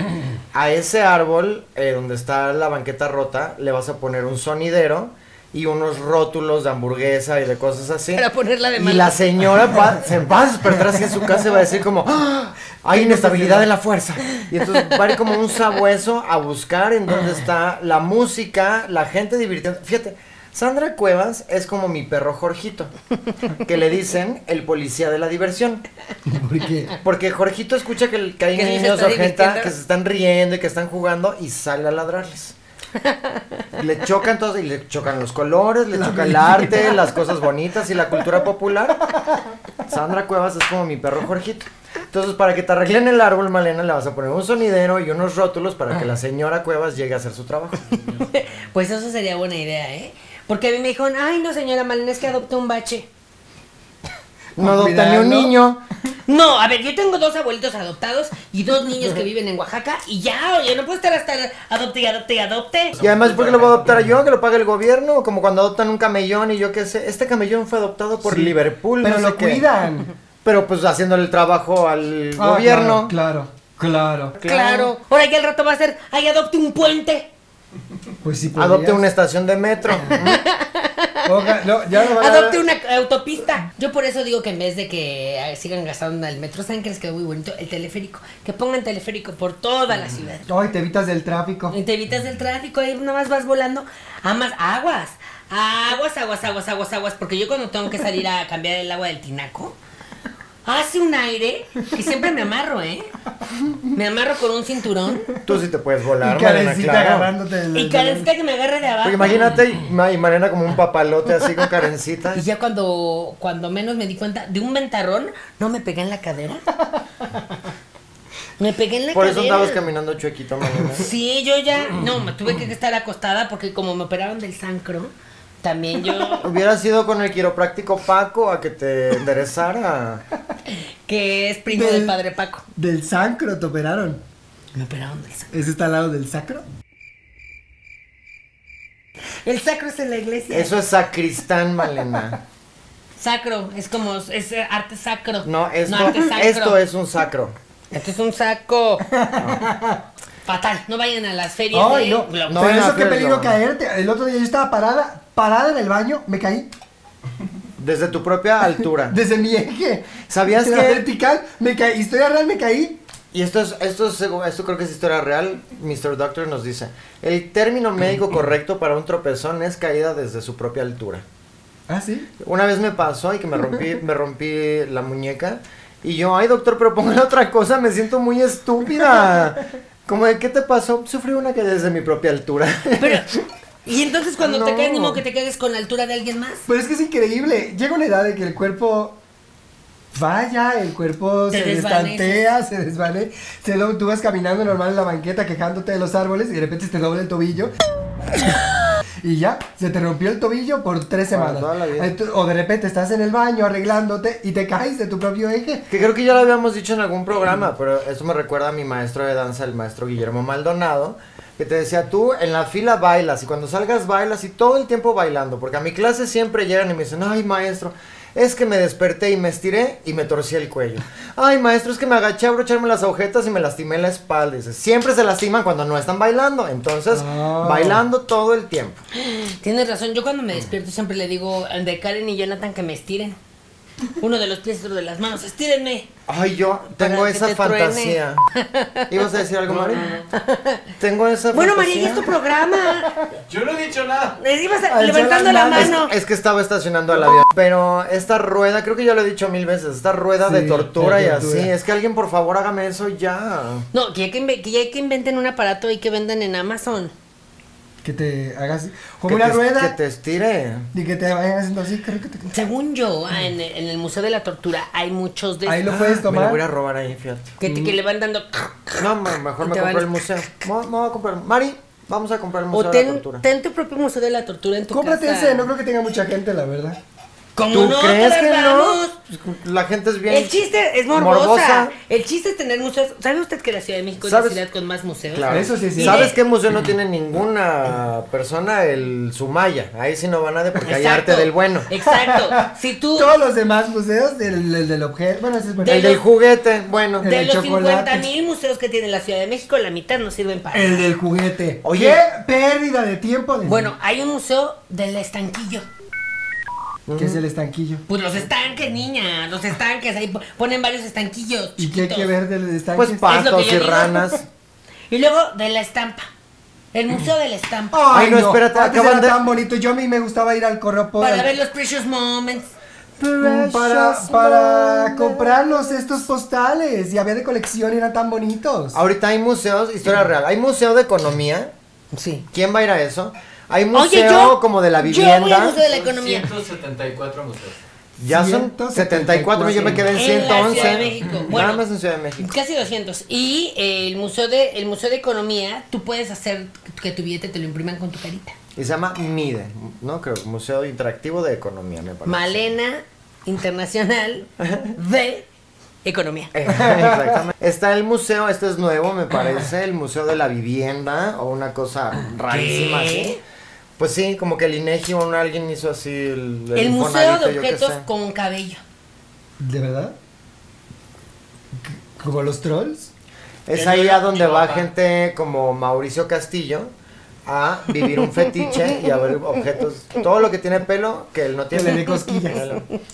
Speaker 2: A ese árbol, eh, donde está la banqueta rota, le vas a poner un sonidero y unos rótulos de hamburguesa y de cosas así.
Speaker 1: Para ponerla de
Speaker 2: Y
Speaker 1: malas.
Speaker 2: la señora va- se va a despertar así en su casa y va a decir como, "¡Ah! hay inestabilidad en la fuerza. Y entonces va a ir como un sabueso a buscar en dónde está la música, la gente divirtiendo. Fíjate, Sandra Cuevas es como mi perro Jorgito, que le dicen el policía de la diversión.
Speaker 3: ¿Por qué?
Speaker 2: Porque Jorgito escucha que, que hay
Speaker 1: Que se está
Speaker 2: niños o gente
Speaker 1: divirtiendo.
Speaker 2: que se están riendo y que están jugando y sale a ladrarles. Le chocan todos y le chocan los colores, le choca el arte, las cosas bonitas y la cultura popular. Sandra Cuevas es como mi perro Jorgito. Entonces, para que te arreglen el árbol, Malena, le vas a poner un sonidero y unos rótulos para que la señora Cuevas llegue a hacer su trabajo.
Speaker 1: Pues eso sería buena idea, ¿eh? Porque a mí me dijeron, ay, no, señora Malena, es que adopté un bache.
Speaker 2: No adopta ni un
Speaker 3: Cuidado.
Speaker 2: niño.
Speaker 1: No, a ver, yo tengo dos abuelitos adoptados y dos niños que viven en Oaxaca y ya, oye, no puedo estar hasta adopte y adopte y adopte.
Speaker 2: Y además, ¿por qué lo voy a adoptar yo? Que lo pague el gobierno. Como cuando adoptan un camellón y yo qué sé. Este camellón fue adoptado por
Speaker 3: Sí,
Speaker 2: Liverpool.
Speaker 3: Pero
Speaker 2: no sé
Speaker 3: lo
Speaker 2: qué.
Speaker 3: cuidan.
Speaker 2: Pero pues haciéndole el trabajo al
Speaker 3: Ah,
Speaker 2: gobierno.
Speaker 3: Claro, claro, claro.
Speaker 1: Claro. Ahora ya el rato va a ser, ay, adopte un puente.
Speaker 3: Pues sí,
Speaker 2: Adopte
Speaker 3: podrías.
Speaker 2: una estación de
Speaker 3: *laughs*
Speaker 2: metro.
Speaker 3: Oja- no, ya no van a dar-
Speaker 1: Adopte una autopista. Yo por eso digo que en vez de que eh, sigan gastando en el metro, ¿saben que les quedó muy bonito? El teleférico. Que pongan teleférico por toda la ciudad.
Speaker 3: Ay, te evitas del tráfico.
Speaker 1: Y Eh, te evitas el tráfico, ahí nada más vas volando. Amas, aguas. Aguas, aguas, aguas, aguas, aguas. Porque yo cuando tengo que salir a cambiar el agua del tinaco, hace un aire que siempre me amarro, ¿eh? Me amarro con un cinturón.
Speaker 2: Tú sí te puedes volar,
Speaker 3: y
Speaker 2: Mariana,
Speaker 3: Karencita
Speaker 2: claro.
Speaker 3: agarrándote del-
Speaker 1: Y Karencita que me agarre de abajo.
Speaker 2: Porque imagínate, y Ma- y Mariana como un papalote así con carencita.
Speaker 1: Y ya cuando, cuando menos me di cuenta de un ventarrón, no me pegué en la cadera. Me pegué en la
Speaker 2: Por eso
Speaker 1: cadera.
Speaker 2: andabas caminando chuequito, Mariana.
Speaker 1: Sí, yo ya, no, me tuve que estar acostada porque como me operaron del sancro, también yo,
Speaker 2: Hubiera sido con el quiropráctico Paco a que te enderezara.
Speaker 1: que es primo del padre Paco.
Speaker 3: Del sacro te operaron.
Speaker 1: Me operaron del sacro.
Speaker 3: ¿Ese está al lado del sacro?
Speaker 1: El sacro es en la iglesia.
Speaker 2: Eso es sacristán, Malena.
Speaker 1: Sacro, es como, es eh, arte sacro.
Speaker 2: No, esto,
Speaker 1: arte sacro.
Speaker 2: esto es un sacro.
Speaker 1: Esto es un
Speaker 2: *laughs*
Speaker 1: saco. Fatal, no vayan a las ferias
Speaker 3: Ay,
Speaker 1: de
Speaker 3: no.
Speaker 1: Globo.
Speaker 2: No,
Speaker 3: pero
Speaker 2: no,
Speaker 3: eso qué
Speaker 2: pero
Speaker 3: peligro
Speaker 2: no.
Speaker 3: caerte. El otro día yo estaba parada, parada en el baño, me caí
Speaker 2: Desde tu propia altura.
Speaker 3: desde mi eje.
Speaker 2: ¿Sabías
Speaker 3: De la
Speaker 2: que-
Speaker 3: vertical, me caí, historia real, me caí.
Speaker 2: Y esto es, esto es segu- esto creo que es historia real. Mr. Doctor nos dice, el término médico correcto para un tropezón es caída desde su propia altura.
Speaker 3: ¿Ah, sí?
Speaker 2: Una vez me pasó y que me rompí, me rompí la muñeca y yo, ay doctor, pero póngale otra cosa, me siento muy estúpida. Como de, ¿qué te pasó? Sufrí una que desde mi propia altura.
Speaker 1: Pero, y entonces cuando te
Speaker 2: No.
Speaker 1: caes, ni modo que te quedes con la altura de alguien más.
Speaker 3: Pero es que es increíble. Llega una edad de que el cuerpo falla, el cuerpo
Speaker 1: Te
Speaker 3: se
Speaker 1: desvaneces.
Speaker 3: destantea, se desvanece. Se do- tú vas caminando normal en la banqueta, quejándote de los árboles y de repente se te dobla
Speaker 1: *laughs*
Speaker 3: el tobillo. Y ya, se te rompió el tobillo por
Speaker 2: Para
Speaker 3: tres semanas.
Speaker 2: toda la vida.
Speaker 3: Entonces, O de repente estás en el baño arreglándote y te caes de tu propio eje.
Speaker 2: Que creo que ya lo habíamos dicho en algún programa, pero esto me recuerda a mi maestro de danza, el maestro Guillermo Maldonado, que te decía, tú en la fila bailas y cuando salgas bailas y todo el tiempo bailando, porque a mi clase siempre llegan y me dicen, ay maestro, es que me desperté y me estiré y me torcí el cuello. Ay maestro, es que me agaché a abrocharme las agujetas y me lastimé la espalda. Dice, siempre se lastiman cuando no están bailando, entonces
Speaker 3: Ah.
Speaker 2: bailando todo el tiempo.
Speaker 1: Tienes razón, yo cuando me despierto siempre le digo al de Karen y Jonathan que me estiren. Uno de los pies, otro de las manos, estírenme.
Speaker 2: Ay, yo
Speaker 1: Para
Speaker 2: tengo
Speaker 1: que
Speaker 2: esa
Speaker 1: te truene.
Speaker 2: fantasía. ¿Ibas a
Speaker 1: *laughs*
Speaker 2: decir algo, Mari? Tengo esa
Speaker 1: Bueno, María,
Speaker 2: fantasía.
Speaker 1: ¿y es tu programa?
Speaker 6: Yo no he dicho nada.
Speaker 1: Les ibas a-
Speaker 3: Alzó
Speaker 1: levantando
Speaker 3: las
Speaker 1: la
Speaker 3: manos.
Speaker 1: mano.
Speaker 2: Es, es que estaba estacionando al avión. Pero esta rueda, creo que ya lo he dicho mil veces, esta rueda
Speaker 3: Sí,
Speaker 2: de tortura
Speaker 3: de
Speaker 2: y
Speaker 3: tortura.
Speaker 2: así. Es que alguien, por favor, hágame eso ya.
Speaker 1: No, que ya que, inve- que ya que inventen un aparato y que vendan en Amazon.
Speaker 3: Que te hagas como
Speaker 2: que
Speaker 3: una
Speaker 2: te,
Speaker 3: rueda
Speaker 2: Que te estire.
Speaker 3: y que te vayan haciendo así. creo que te-
Speaker 1: Según yo, ah,
Speaker 2: Mm.
Speaker 1: en, en el Museo de la Tortura hay muchos de
Speaker 3: Ahí lo
Speaker 1: esos
Speaker 3: puedes
Speaker 2: Ah, Me lo voy a ir
Speaker 3: tomar.
Speaker 2: a robar ahí, fíjate.
Speaker 1: que, te- que le van dando...
Speaker 2: No, me- mejor
Speaker 1: Y
Speaker 2: me
Speaker 1: te
Speaker 2: compro
Speaker 1: van-
Speaker 2: el museo. Me, me voy a comprar. Mari, vamos a comprar el museo
Speaker 1: O
Speaker 2: de la
Speaker 1: ten,
Speaker 2: tortura.
Speaker 1: ten tu propio Museo de la Tortura en tu
Speaker 3: Cómprate
Speaker 1: casa.
Speaker 3: ese, no creo que tenga mucha gente, la verdad.
Speaker 1: Como
Speaker 2: ¿Tú
Speaker 1: nosotras,
Speaker 2: crees que
Speaker 1: vamos.
Speaker 2: no? La gente es bien.
Speaker 1: El chiste es morbosa. El chiste es tener museos. ¿Sabe usted que la Ciudad de México es la
Speaker 2: ¿Sabes?
Speaker 1: ciudad con más museos?
Speaker 2: Claro.
Speaker 3: Eso sí es
Speaker 1: Y
Speaker 3: cierto.
Speaker 2: ¿Sabes
Speaker 1: de-
Speaker 2: qué museo no tiene ninguna persona? El Sumaya. Ahí sí no va nadie porque hay
Speaker 1: Exacto.
Speaker 2: arte del bueno. *laughs*
Speaker 1: Exacto. Si tú
Speaker 3: Todos los demás museos del, del, del objeto. Bueno, ese es bueno.
Speaker 1: De
Speaker 2: El del
Speaker 1: los-
Speaker 2: juguete, bueno.
Speaker 3: el
Speaker 1: de los
Speaker 3: chocolate.
Speaker 1: 50 mil museos que tiene la Ciudad de México, la mitad no sirven
Speaker 2: Eh.
Speaker 1: para.
Speaker 3: El del juguete.
Speaker 2: Oye.
Speaker 3: Qué pérdida de tiempo. de-
Speaker 1: Bueno, hay un museo del estanquillo.
Speaker 3: Que es el estanquillo.
Speaker 1: Pues los estanques, niña, los estanques, ahí po- ponen varios estanquillos.
Speaker 3: ¿Y qué hay
Speaker 1: chiquitos.
Speaker 3: que ver del estanque?
Speaker 2: Pues
Speaker 1: Es lo que
Speaker 2: patos
Speaker 1: yo
Speaker 2: y
Speaker 1: digo.
Speaker 2: ranas.
Speaker 1: Y luego de la estampa. El museo de la estampa.
Speaker 3: Ay,
Speaker 2: Ay,
Speaker 3: no,
Speaker 2: no, espérate,
Speaker 3: antes
Speaker 2: acaban
Speaker 3: era
Speaker 2: de-
Speaker 3: tan bonito. Yo a mí me gustaba ir al correo por-
Speaker 1: Para ver los precious moments.
Speaker 3: para, para comprarnos estos postales. Y había de colección y eran tan bonitos.
Speaker 2: Ahorita hay museos, historia real. Hay museo de economía.
Speaker 1: Sí.
Speaker 2: ¿Quién va a ir a eso? Hay
Speaker 1: Oye,
Speaker 2: museo
Speaker 1: yo.
Speaker 2: como de la
Speaker 1: Yo voy al
Speaker 2: vivienda.
Speaker 1: museo de la economía.
Speaker 6: 174 museos.
Speaker 2: Ya son
Speaker 3: 174,
Speaker 2: 74, yo me quedé en
Speaker 1: En la Ciudad de
Speaker 2: 111.
Speaker 1: México.
Speaker 2: Nada
Speaker 1: Bueno.
Speaker 2: más en Ciudad de México.
Speaker 1: Casi 200. Y eh, el museo de el museo de economía, tú puedes hacer que tu billete te lo impriman con tu carita.
Speaker 2: Y se llama MIDE, ¿no? Creo, Museo Interactivo de Economía, me parece.
Speaker 1: Malena
Speaker 2: *laughs*
Speaker 1: Internacional de Economía.
Speaker 2: Exactamente. Está el museo, este es nuevo, me parece, el Museo de la Vivienda o una cosa rarísima así. Pues sí, como que el INEGI o un- alguien hizo así el, el
Speaker 1: El museo
Speaker 2: Infonavit,
Speaker 1: de
Speaker 2: yo qué
Speaker 1: objetos
Speaker 2: sé.
Speaker 1: con cabello.
Speaker 3: ¿De verdad? C- ¿Como los trolls?
Speaker 2: Es ahí a donde va gente como Mauricio Castillo a vivir un fetiche y a ver objetos, todo lo que tiene pelo que él no
Speaker 3: Que
Speaker 2: tiene.
Speaker 3: le dé cosquillas.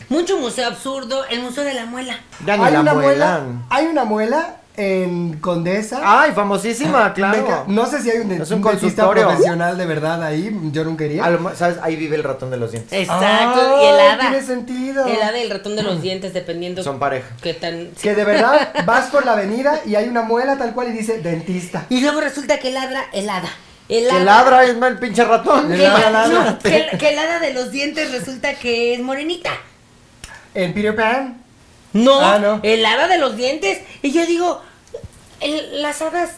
Speaker 1: Mucho museo absurdo, el museo de la muela.
Speaker 2: Ya ni
Speaker 3: hay
Speaker 2: la
Speaker 3: una
Speaker 2: muelan.
Speaker 3: muela. Hay una muela en Condesa.
Speaker 2: Ay, famosísima,
Speaker 3: Me ca-
Speaker 2: claro.
Speaker 3: No sé si hay un, de-
Speaker 2: Es un
Speaker 3: un dentista
Speaker 2: consultorio.
Speaker 3: profesional de verdad ahí. Yo nunca iría.
Speaker 2: A lo ma- ¿Sabes? Ahí vive el ratón de los dientes.
Speaker 1: Exacto,
Speaker 3: Ah,
Speaker 1: y el hada.
Speaker 3: Tiene sentido.
Speaker 1: El hada y el ratón de los dientes, dependiendo
Speaker 2: Son pareja.
Speaker 1: qué tan.
Speaker 3: Que de verdad vas por la avenida y hay una muela tal cual y dice dentista.
Speaker 1: Y luego resulta que ladra el hada. El
Speaker 2: Que
Speaker 1: hada.
Speaker 2: ladra es mal *laughs* pinche ratón.
Speaker 1: que-
Speaker 3: Le ladra al
Speaker 1: no,
Speaker 3: hada.
Speaker 1: que el- que el hada de los dientes resulta que es morenita.
Speaker 3: *laughs* En Peter Pan.
Speaker 1: No,
Speaker 3: Ah, no.
Speaker 1: el hada de los dientes. Y yo digo, el- las hadas,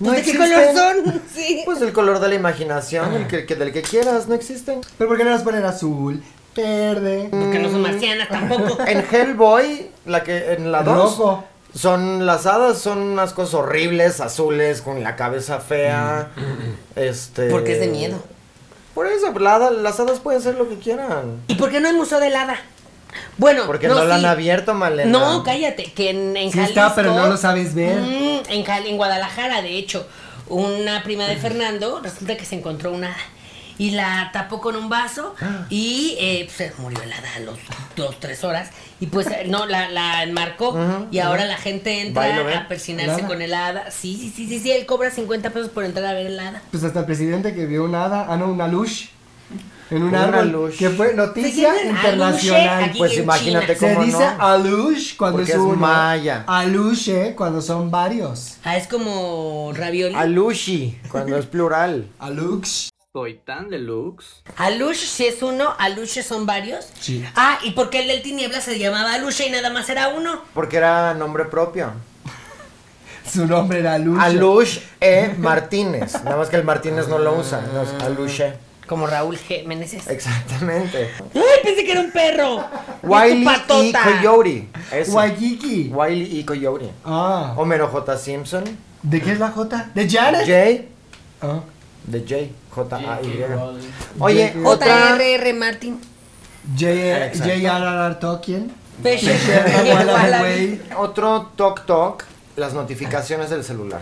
Speaker 2: No
Speaker 1: ¿de qué
Speaker 2: existen.
Speaker 1: color
Speaker 2: *laughs*
Speaker 1: son? Sí.
Speaker 2: Pues el color de la imaginación, el que, que- del que quieras, no existen.
Speaker 3: Pero ¿por qué no las ponen azul? Verde.
Speaker 1: Porque no son marcianas
Speaker 2: *laughs*
Speaker 1: tampoco.
Speaker 2: En Hellboy, la que en la 2
Speaker 3: Rojo.
Speaker 2: son las hadas, son unas cosas horribles, azules, con la cabeza fea. este
Speaker 1: Porque es de miedo.
Speaker 2: Por eso, la hada- las hadas pueden ser lo que quieran.
Speaker 1: ¿Y por qué no hay museo del hada? Bueno,
Speaker 2: Porque no, la
Speaker 1: sí.
Speaker 2: han abierto, Malena.
Speaker 1: No, cállate, que en, en
Speaker 3: Sí está,
Speaker 1: Jalisco-
Speaker 3: pero no lo sabes ver.
Speaker 1: Mm, en, Jal- en Guadalajara, de hecho, una prima de Fernando resulta que se encontró una hada. Y la tapó con un vaso
Speaker 3: Ah.
Speaker 1: y eh, pues, se murió la hada a los dos, tres horas. Y pues eh, no, la, la enmarcó. y ahora la gente
Speaker 2: Va y lo ve.
Speaker 1: entra a persinarse
Speaker 3: Nada.
Speaker 1: con el hada. Sí, sí, sí, sí, sí, él cobra 50 pesos por entrar a ver el hada.
Speaker 3: Pues hasta el presidente que vio una hada, ah no, una lush. En un
Speaker 2: Una
Speaker 3: árbol.
Speaker 2: lush.
Speaker 3: Que fue noticia
Speaker 1: Se llaman
Speaker 3: internacional.
Speaker 1: aluche aquí
Speaker 2: pues
Speaker 1: en
Speaker 2: imagínate
Speaker 1: China.
Speaker 3: Se
Speaker 2: ¿Cómo
Speaker 3: dice
Speaker 2: no?
Speaker 3: alush cuando
Speaker 2: Porque
Speaker 3: es
Speaker 2: es
Speaker 3: uno.
Speaker 2: maya.
Speaker 3: Aluche cuando son varios.
Speaker 1: Ah, es como ravioli.
Speaker 2: Alushi, cuando es plural.
Speaker 3: Alux.
Speaker 1: Alush si es uno, Aluche son varios.
Speaker 3: Sí.
Speaker 1: Ah, ¿y por qué el del tiniebla se llamaba Aluche y nada más era uno?
Speaker 2: Porque era nombre propio.
Speaker 3: Su nombre era aluche.
Speaker 2: Alush E. Martínez. Nada más que el Martínez no lo usa. No es Alushe.
Speaker 1: Como Raúl G. Meneses.
Speaker 2: Exactamente.
Speaker 1: ¡Ay, pensé que era un perro! Es
Speaker 2: Wiley
Speaker 1: tu
Speaker 2: y
Speaker 1: patota.
Speaker 2: Coyote. Eso.
Speaker 3: Waikiki.
Speaker 2: Wiley y Coyote.
Speaker 3: Ah.
Speaker 2: Homero J. Simpson.
Speaker 3: ¿De qué es la J? ¿De Janet?
Speaker 2: Jay.
Speaker 3: Ah.
Speaker 2: De Jay. J-A-Y.
Speaker 6: J.K. Rowling.
Speaker 2: Oye,
Speaker 3: J.K.
Speaker 2: otra.
Speaker 1: J.R.R. Martin.
Speaker 3: J-
Speaker 2: Exacto.
Speaker 3: J.R.R. Tolkien.
Speaker 1: Peche.
Speaker 3: Wallaby.
Speaker 2: Otro toc toc. Las notificaciones del celular.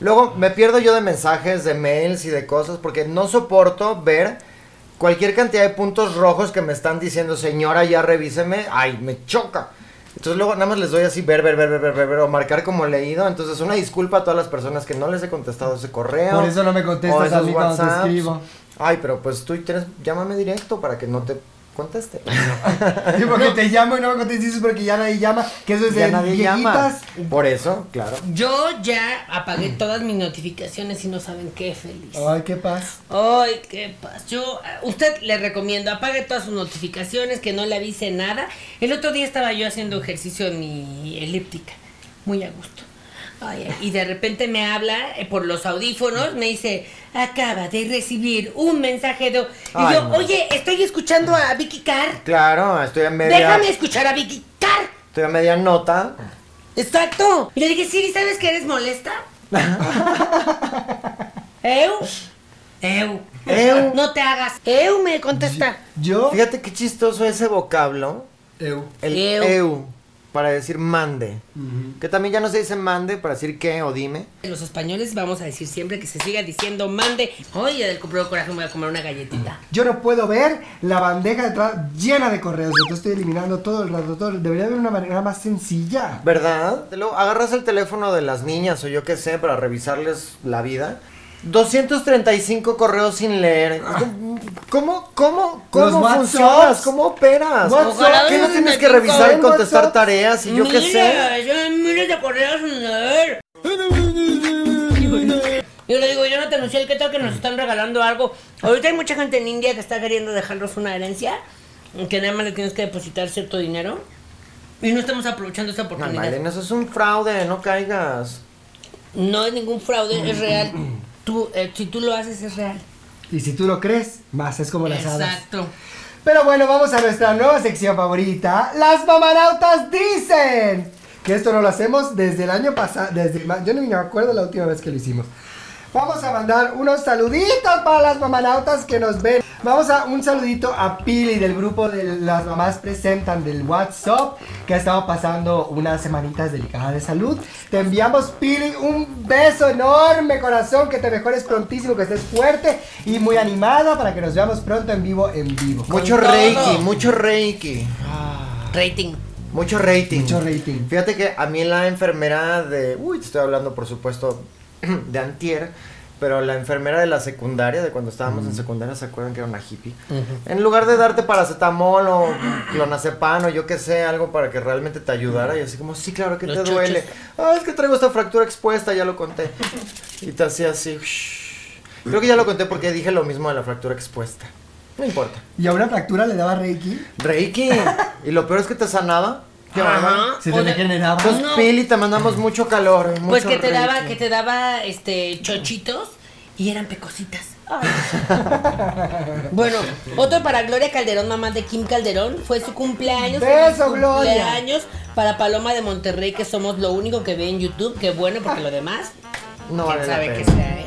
Speaker 2: Luego me pierdo yo de mensajes, de mails y de cosas porque no soporto ver cualquier cantidad de puntos rojos que me están diciendo, señora, ya revíseme. Ay, me choca. Entonces luego nada más les doy así ver, ver, ver, ver, ver, ver, ver, o marcar como leído. Entonces una disculpa a todas las personas que no les he contestado ese correo.
Speaker 3: Por eso no me contestas
Speaker 2: o
Speaker 3: a
Speaker 2: esos
Speaker 3: mí cuando te
Speaker 2: WhatsApps.
Speaker 3: escribo.
Speaker 2: Ay, pero pues tú tienes, llámame directo para que no te
Speaker 3: *laughs*
Speaker 2: conteste.
Speaker 3: Sí, porque te llamo y no me contestas dices porque ya nadie llama. Que eso es
Speaker 2: ya
Speaker 3: de
Speaker 2: nadie
Speaker 3: viejitas.
Speaker 2: llama. Por eso, claro.
Speaker 1: Yo ya apagué todas mis notificaciones y no saben qué feliz.
Speaker 3: Ay, qué paz.
Speaker 1: Ay, qué paz. Yo, a usted le recomiendo, apague todas sus notificaciones, que no le avise nada. El otro día estaba yo haciendo ejercicio en mi elíptica, muy a gusto. Oye, y de repente me habla eh, por los audífonos, me dice, acaba de recibir un mensaje de... Y
Speaker 2: Ay,
Speaker 1: yo,
Speaker 2: no.
Speaker 1: oye, estoy escuchando a Vicky Carr.
Speaker 2: Claro, estoy a media.
Speaker 1: Déjame escuchar a Vicky Carr.
Speaker 2: Estoy a media nota.
Speaker 1: Exacto. Y le dije, Siri, ¿sabes que eres molesta? Eu. Eu.
Speaker 2: Eu.
Speaker 1: No te hagas. Eu me contesta.
Speaker 3: Yo.
Speaker 2: Fíjate qué chistoso ese vocablo.
Speaker 3: Eu.
Speaker 2: El
Speaker 1: Eu.
Speaker 2: eu. para decir mande. Que también ya no se dice mande para decir qué o dime.
Speaker 1: Los españoles vamos a decir siempre que se siga diciendo mande. Oye, del comprado coraje me voy a comer una galletita.
Speaker 3: Yo no puedo ver la bandeja de atrás llena de correos. Entonces estoy eliminando todo el rato. Todo. Debería haber una manera más sencilla.
Speaker 2: ¿Verdad? Te lo- agarras el teléfono de las niñas o yo qué sé para revisarles la vida. 235 correos sin leer. ¿Cómo, cómo,
Speaker 3: Los
Speaker 2: cómo
Speaker 3: WhatsApps.
Speaker 2: funcionas? ¿Cómo operas?
Speaker 3: WhatsApp.
Speaker 2: Ojalá ¿Qué no tienes que revisar y contestar
Speaker 3: WhatsApp.
Speaker 2: tareas y yo qué sé?
Speaker 1: Mira, yo miles de correos sin leer. Yo le digo, yo no te anuncié el qué tal que nos están regalando algo. Ahorita hay mucha gente en India que está queriendo dejarnos una herencia, que nada más le tienes que depositar cierto dinero. Y no estamos aprovechando esta
Speaker 2: No,
Speaker 1: oportunidad.
Speaker 2: Maylene, eso es un fraude, no caigas.
Speaker 1: No es ningún fraude, es real. Tú, eh, si tú lo haces, es real.
Speaker 3: Y si tú lo crees, más es como las hadas.
Speaker 1: Exacto.
Speaker 3: Pero bueno, vamos a nuestra nueva sección favorita. Las mamanautas dicen que esto no lo hacemos desde el año pasado, desde ma- yo no me acuerdo la última vez que lo hicimos. Vamos a mandar unos saluditos para las mamanautas que nos ven. Vamos a un saludito a Pili del grupo de las mamás presentan del WhatsApp que ha estado pasando unas semanitas delicadas de salud. Te enviamos Pili un beso enorme corazón, que te mejores prontísimo, que estés fuerte y muy animada para que nos veamos pronto en vivo en vivo.
Speaker 2: Mucho
Speaker 1: todo.
Speaker 2: reiki, mucho reiki.
Speaker 1: Rating.
Speaker 2: Mucho rating.
Speaker 3: Mucho rating.
Speaker 2: Fíjate que a mí la enfermera de. Uy, te estoy hablando, por supuesto, *clears throat* de Antier. Pero la enfermera de la secundaria, de cuando estábamos
Speaker 3: Mm.
Speaker 2: en secundaria, ¿se acuerdan que era una hippie? En lugar de darte paracetamol o clonazepam o yo qué sé, algo para que realmente te ayudara. Y así como, sí, claro, que
Speaker 1: Los
Speaker 2: te
Speaker 1: chochos.
Speaker 2: duele. Ah, es que traigo esta fractura expuesta, ya lo conté. Y te hacía así. Creo que ya lo conté porque dije lo mismo de la fractura expuesta. No importa.
Speaker 3: Y a una fractura le daba Reiki.
Speaker 2: Reiki. *laughs* y lo peor es que te sanaba. Qué bárbaro.
Speaker 1: Ajá.
Speaker 3: Se
Speaker 1: O
Speaker 3: te
Speaker 1: de-
Speaker 3: regeneraba.
Speaker 2: Entonces,
Speaker 1: Ah, No.
Speaker 2: Pili, te mandamos mucho calor.
Speaker 1: Pues
Speaker 2: mucho
Speaker 1: que te daba,
Speaker 2: reiki.
Speaker 1: que te daba este chochitos y eran pecositas.
Speaker 2: *laughs*
Speaker 1: bueno, otro para Gloria Calderón, mamá de Kim Calderón, fue su cumpleaños.
Speaker 3: Beso,
Speaker 1: Feliz
Speaker 3: Gloria.
Speaker 1: Cumpleaños para Paloma de Monterrey, que somos lo único que ve en YouTube, que bueno, porque lo demás,
Speaker 2: No
Speaker 1: quién
Speaker 2: vale
Speaker 1: sabe
Speaker 2: la
Speaker 1: qué
Speaker 2: pena.
Speaker 1: sea, ¿eh?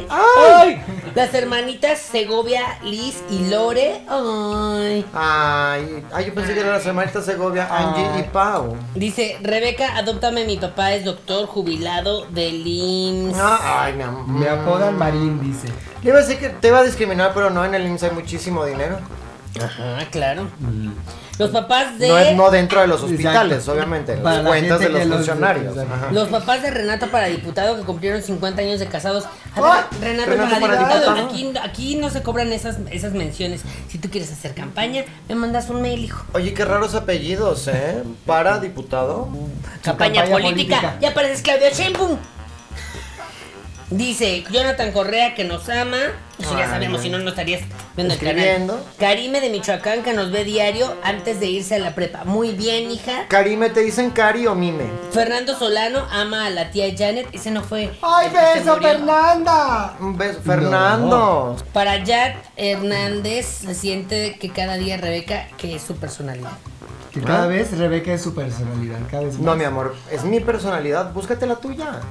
Speaker 1: Las hermanitas Segovia, Liz y Lore. Ay.
Speaker 2: Ay, ay, yo pensé que era la semanita Segovia,
Speaker 1: Ah.
Speaker 2: Angie y Pau.
Speaker 1: Dice, Rebeca, adóptame, mi papá es doctor jubilado del IMSS.
Speaker 2: Ah, ay, mi amor.
Speaker 3: Me apodan Marín, dice.
Speaker 2: Le iba a decir que te iba a discriminar, pero no, en el IMSS hay muchísimo dinero.
Speaker 1: Ajá, claro. Los papás de
Speaker 2: Mm. No es no dentro de los
Speaker 3: Exacto.
Speaker 2: hospitales, obviamente, en
Speaker 3: Para
Speaker 2: las
Speaker 3: la
Speaker 2: cuentas de
Speaker 3: gente
Speaker 2: los
Speaker 3: que los-
Speaker 2: funcionarios.
Speaker 3: Exacto.
Speaker 2: Ajá.
Speaker 1: los papás de Renata para diputado que cumplieron 50 años de casados. A ver,
Speaker 2: ¡Ah!
Speaker 1: Renata,
Speaker 2: Renata
Speaker 1: para,
Speaker 2: para
Speaker 1: diputado,
Speaker 2: diputado.
Speaker 1: Aquí, aquí no se cobran esas, esas menciones. Si tú quieres hacer campaña, me mandas un mail, hijo.
Speaker 2: Oye, qué raros apellidos, ¿eh? Para diputado.
Speaker 1: Campaña,
Speaker 3: campaña
Speaker 1: política.
Speaker 3: política.
Speaker 1: Ya pareces Claudia Sheinbaum. Dice Jonathan Correa que nos ama. Eso ya
Speaker 2: Ay,
Speaker 1: sabemos, si no, no estarías viendo el canal.
Speaker 2: Escribiendo.
Speaker 1: Karime de Michoacán que nos ve diario antes de irse a la prepa. Muy bien, hija.
Speaker 2: Karime, ¿te dicen Cari o Mime?
Speaker 1: Fernando Solano ama a la tía Janet. Ese no fue.
Speaker 3: ¡Ay,
Speaker 1: el que se
Speaker 3: beso,
Speaker 1: murió.
Speaker 3: Fernanda!
Speaker 2: Un beso. Fernando.
Speaker 1: Para Jack Hernández se siente que cada día Rebeca, que es su personalidad.
Speaker 3: Que cada vez Rebeca es su personalidad, cada vez más.
Speaker 2: No, mi amor, es mi personalidad, búscate la tuya.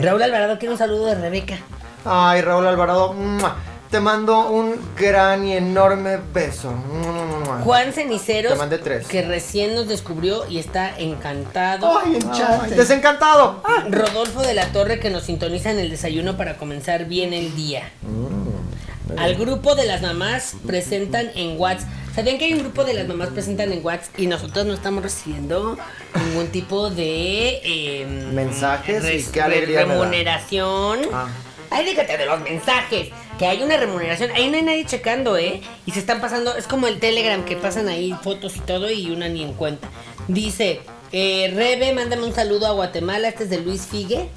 Speaker 1: Raúl Alvarado quiere un saludo de Rebeca.
Speaker 2: Ay, Raúl Alvarado, ¡mua! te mando un gran y enorme beso. ¡Mua!
Speaker 1: Juan Ceniceros,
Speaker 2: Te mandé tres.
Speaker 1: que recién nos descubrió y está encantado.
Speaker 3: ¡Ay, en
Speaker 2: Ay, desencantado. Ah.
Speaker 1: Rodolfo de la Torre que nos sintoniza en el desayuno para comenzar bien el día.
Speaker 2: Mm,
Speaker 1: Al grupo de las mamás presentan en WhatsApp. ¿Sabían que hay un grupo de las mamás presentan en WhatsApp y nosotros no estamos recibiendo ningún tipo de em,
Speaker 2: Mensajes y
Speaker 1: res-
Speaker 2: qué alegría me da.
Speaker 1: remuneración?
Speaker 2: Ah.
Speaker 1: Ay, déjate de los mensajes. Que hay una remuneración. Ahí no hay nadie checando, ¿eh? Y se están pasando. Es como el Telegram que pasan ahí fotos y todo y una ni en cuenta. Dice, eh, Rebe, mándame un saludo a Guatemala. Este es de Luis Figue.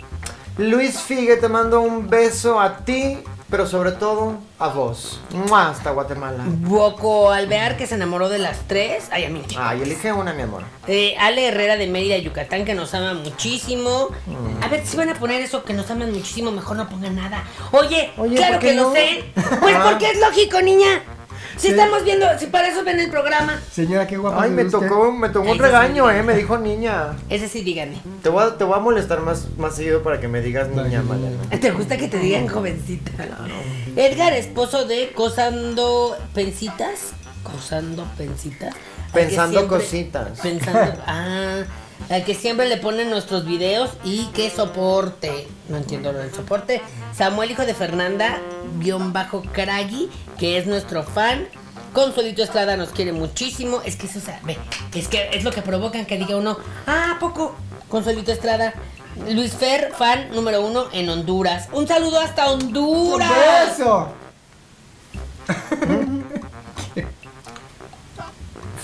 Speaker 2: Luis Figue, te mando un beso a ti pero sobre todo a vos. ¡Mua! Hasta Guatemala.
Speaker 1: Boco Alvear, que se enamoró de las tres. Ay, a mí.
Speaker 2: Ay, elige una, mi amor.
Speaker 1: Eh, Ale Herrera de Mérida, Yucatán, que nos ama muchísimo.
Speaker 2: Mm.
Speaker 1: A ver si van a poner eso que nos aman muchísimo, mejor no pongan nada. Oye,
Speaker 2: Oye,
Speaker 1: claro
Speaker 2: ¿por qué
Speaker 1: que lo
Speaker 2: no?
Speaker 1: sé. Pues
Speaker 2: Ah.
Speaker 1: porque es lógico, niña. Si
Speaker 3: Sí.
Speaker 1: estamos viendo, si para eso ven el programa.
Speaker 3: Señora, qué guapa.
Speaker 2: Ay,
Speaker 3: se
Speaker 2: me
Speaker 3: ve usted.
Speaker 2: tocó, me tocó
Speaker 1: Ay,
Speaker 2: un
Speaker 1: Dios
Speaker 2: regaño,
Speaker 1: mío.
Speaker 2: eh. Me dijo niña.
Speaker 1: Ese sí, díganme.
Speaker 2: Te voy a, te voy a molestar más, más seguido para que me digas niña, Malena.
Speaker 1: ¿Te gusta que te digan jovencita? Edgar, esposo de Cosando Pensitas. Cosando Pensitas. al que
Speaker 2: Pensando cositas.
Speaker 1: Pensando. Ah. Al que siempre le ponen nuestros videos y que soporte. No entiendo lo del soporte. Samuel, hijo de Fernanda, guión bajo Craggy, que es nuestro fan. Consuelito Estrada nos quiere muchísimo. Es que eso, o sea, ve, es que es lo que provocan que diga uno, ah, ¿a poco. Consuelito Estrada. Luis Fer, fan número uno en Honduras. Un saludo hasta
Speaker 3: ¡Un
Speaker 1: Honduras.
Speaker 3: beso!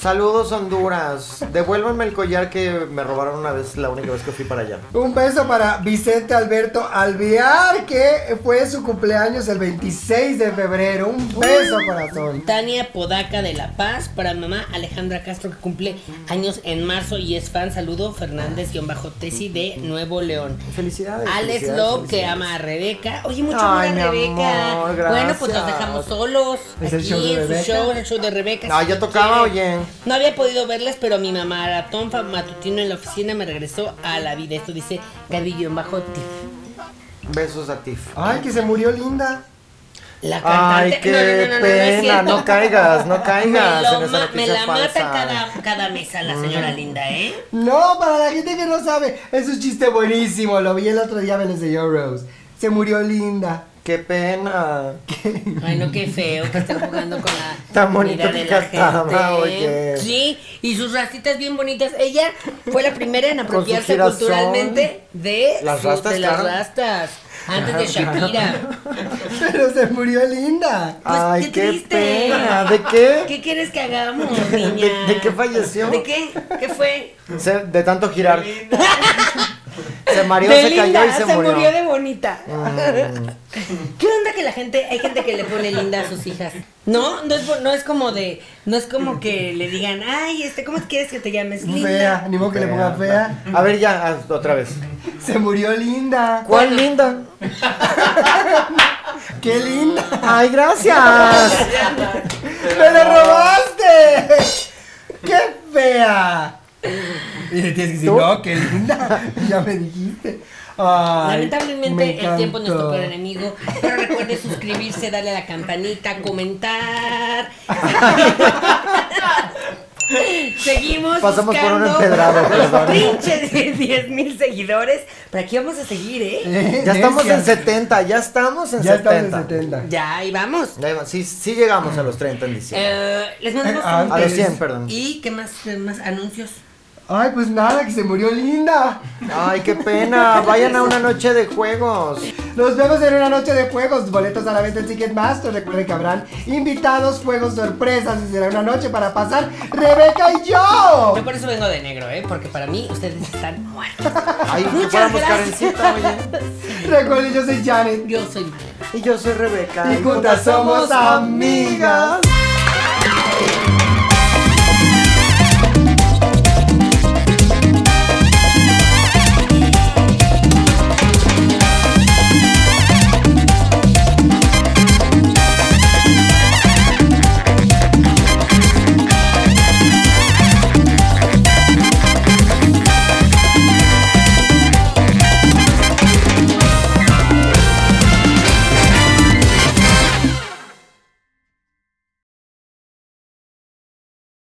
Speaker 2: Saludos, Honduras. Devuélvanme el collar que me robaron una vez, la única vez que fui para allá.
Speaker 3: Un beso para Vicente Alberto Alvear, que fue su cumpleaños el 26 de febrero. Un beso, corazón.
Speaker 1: Tania Podaca de La Paz, para mamá Alejandra Castro que cumple años en marzo y es fan. Saludo Fernández-Tesi de Nuevo León.
Speaker 2: Felicidades.
Speaker 1: Alex
Speaker 2: felicidades,
Speaker 1: Love que
Speaker 2: felicidades.
Speaker 1: ama a Rebeca. Oye, mucho amor
Speaker 2: Ay,
Speaker 1: a
Speaker 2: mi
Speaker 1: Rebeca.
Speaker 2: amor,
Speaker 1: bueno, pues nos
Speaker 2: gracias.
Speaker 1: dejamos solos.
Speaker 3: Es
Speaker 1: aquí
Speaker 3: el show de
Speaker 1: en su
Speaker 3: Rebeca.
Speaker 1: show, el show de Rebeca.
Speaker 2: No,
Speaker 1: si
Speaker 2: ya
Speaker 1: tú
Speaker 2: tocaba,
Speaker 1: quieres.
Speaker 2: oye.
Speaker 1: No había podido verlas, pero mi mamá maratón fa- matutino en la oficina me regresó a la vida. Esto dice Gaby-Tif.
Speaker 2: Besos a Tiff.
Speaker 3: Ay, que se murió linda.
Speaker 1: La
Speaker 2: Ay,
Speaker 1: cantante. no, no,
Speaker 2: qué
Speaker 1: no, no, no, no, es
Speaker 2: pena.
Speaker 1: cierto.
Speaker 2: No, caigas,
Speaker 1: *laughs*
Speaker 2: no
Speaker 1: Me,
Speaker 2: caigas.
Speaker 1: lo
Speaker 2: en esa
Speaker 1: ma- me
Speaker 2: noticia
Speaker 1: la mata
Speaker 2: falsa. Mm.
Speaker 1: cada, cada mesa la señora linda, ¿eh?
Speaker 3: No, para la gente que no sabe, es un chiste buenísimo. Lo vi el otro día, me lo enseñó Rose. Se murió linda.
Speaker 2: Qué pena.
Speaker 1: Ay, no, qué feo que están jugando con la
Speaker 2: Tan bonito
Speaker 1: vida
Speaker 2: que
Speaker 1: de la
Speaker 2: cantaba,
Speaker 1: gente.
Speaker 2: oye.
Speaker 1: Sí, y sus rastitas bien bonitas. Ella fue la primera en apropiarse
Speaker 2: girasol.
Speaker 1: culturalmente de,
Speaker 2: Las
Speaker 1: sus-
Speaker 2: rastas,
Speaker 1: de las
Speaker 2: claro.
Speaker 1: rastas. Antes de Shakira.
Speaker 3: *laughs* Pero se murió linda.
Speaker 1: Pues,
Speaker 2: Ay,
Speaker 1: qué
Speaker 2: qué
Speaker 1: triste.
Speaker 2: pena. ¿De qué?
Speaker 1: ¿Qué quieres que hagamos,
Speaker 2: *laughs* ¿De-
Speaker 1: niña?
Speaker 2: de qué falleció?
Speaker 1: ¿De qué? ¿Qué fue?
Speaker 2: Se- de tanto girar. *laughs* Se mareó,
Speaker 1: de
Speaker 2: se
Speaker 1: linda,
Speaker 2: cayó y se, murió. Mm.
Speaker 1: de bonita. ¿Qué onda que la gente, hay gente que le pone linda a sus hijas? No, no es, bo- no es como de, no es como que le digan, ay, este, ¿cómo quieres que te llames? Linda.
Speaker 3: Fea, ni modo que le ponga fea.
Speaker 2: A ver, ya, haz otra
Speaker 3: *laughs*
Speaker 2: vez.
Speaker 3: Se murió linda.
Speaker 2: ¿Cuál linda?
Speaker 3: *laughs* ¡Qué linda!
Speaker 2: Ay, gracias.
Speaker 3: *laughs* ¡Me lo robaste! ¡Qué fea! Y le tienes que decir,
Speaker 2: ¿Tú?
Speaker 3: no, qué linda. *laughs* Ya me dijiste. Ay, me
Speaker 1: Lamentablemente el tiempo es nuestro
Speaker 3: encantó.
Speaker 1: peor enemigo, pero recuerde suscribirse, darle a la campanita, comentar. Seguimos
Speaker 2: Pasamos por un
Speaker 1: buscando
Speaker 2: empedrado, perdón.
Speaker 1: pinches 10 mil seguidores, pero aquí vamos a seguir, ¿eh?
Speaker 3: Eh,
Speaker 2: Ya estamos en
Speaker 3: necias.
Speaker 2: 70, ya estamos en
Speaker 3: Ya estamos
Speaker 2: 70.
Speaker 3: en 70.
Speaker 1: Ya, ahí vamos.
Speaker 2: Ya iba- Sí, sí llegamos a los 30 en diciembre.
Speaker 1: Eh, les mandamos
Speaker 3: Eh, ah,
Speaker 1: un
Speaker 2: a los
Speaker 3: antes.
Speaker 2: 100, perdón.
Speaker 1: ¿Y qué más, qué más anuncios?
Speaker 3: Ay, pues nada, que se murió linda.
Speaker 1: Eh.
Speaker 2: Ay, qué
Speaker 1: *laughs*
Speaker 2: pena. Vayan a una noche de juegos.
Speaker 3: Nos vemos en una noche de juegos, boletos a la venta en Ticketmaster. Recuerden que habrán invitados, juegos sorpresas y será una noche para pasar Rebeca y
Speaker 1: Yo
Speaker 3: yo.
Speaker 1: por eso vengo de negro, ¿eh? Porque para mí ustedes están muertos.
Speaker 2: Ay, que
Speaker 1: Muchas
Speaker 2: fuéramos
Speaker 1: gracias.
Speaker 2: Karencita, oye.
Speaker 3: Recuerden, yo soy Janet
Speaker 1: Yo soy Malena.
Speaker 2: Y yo soy Rebeca.
Speaker 3: y juntas somos amigas.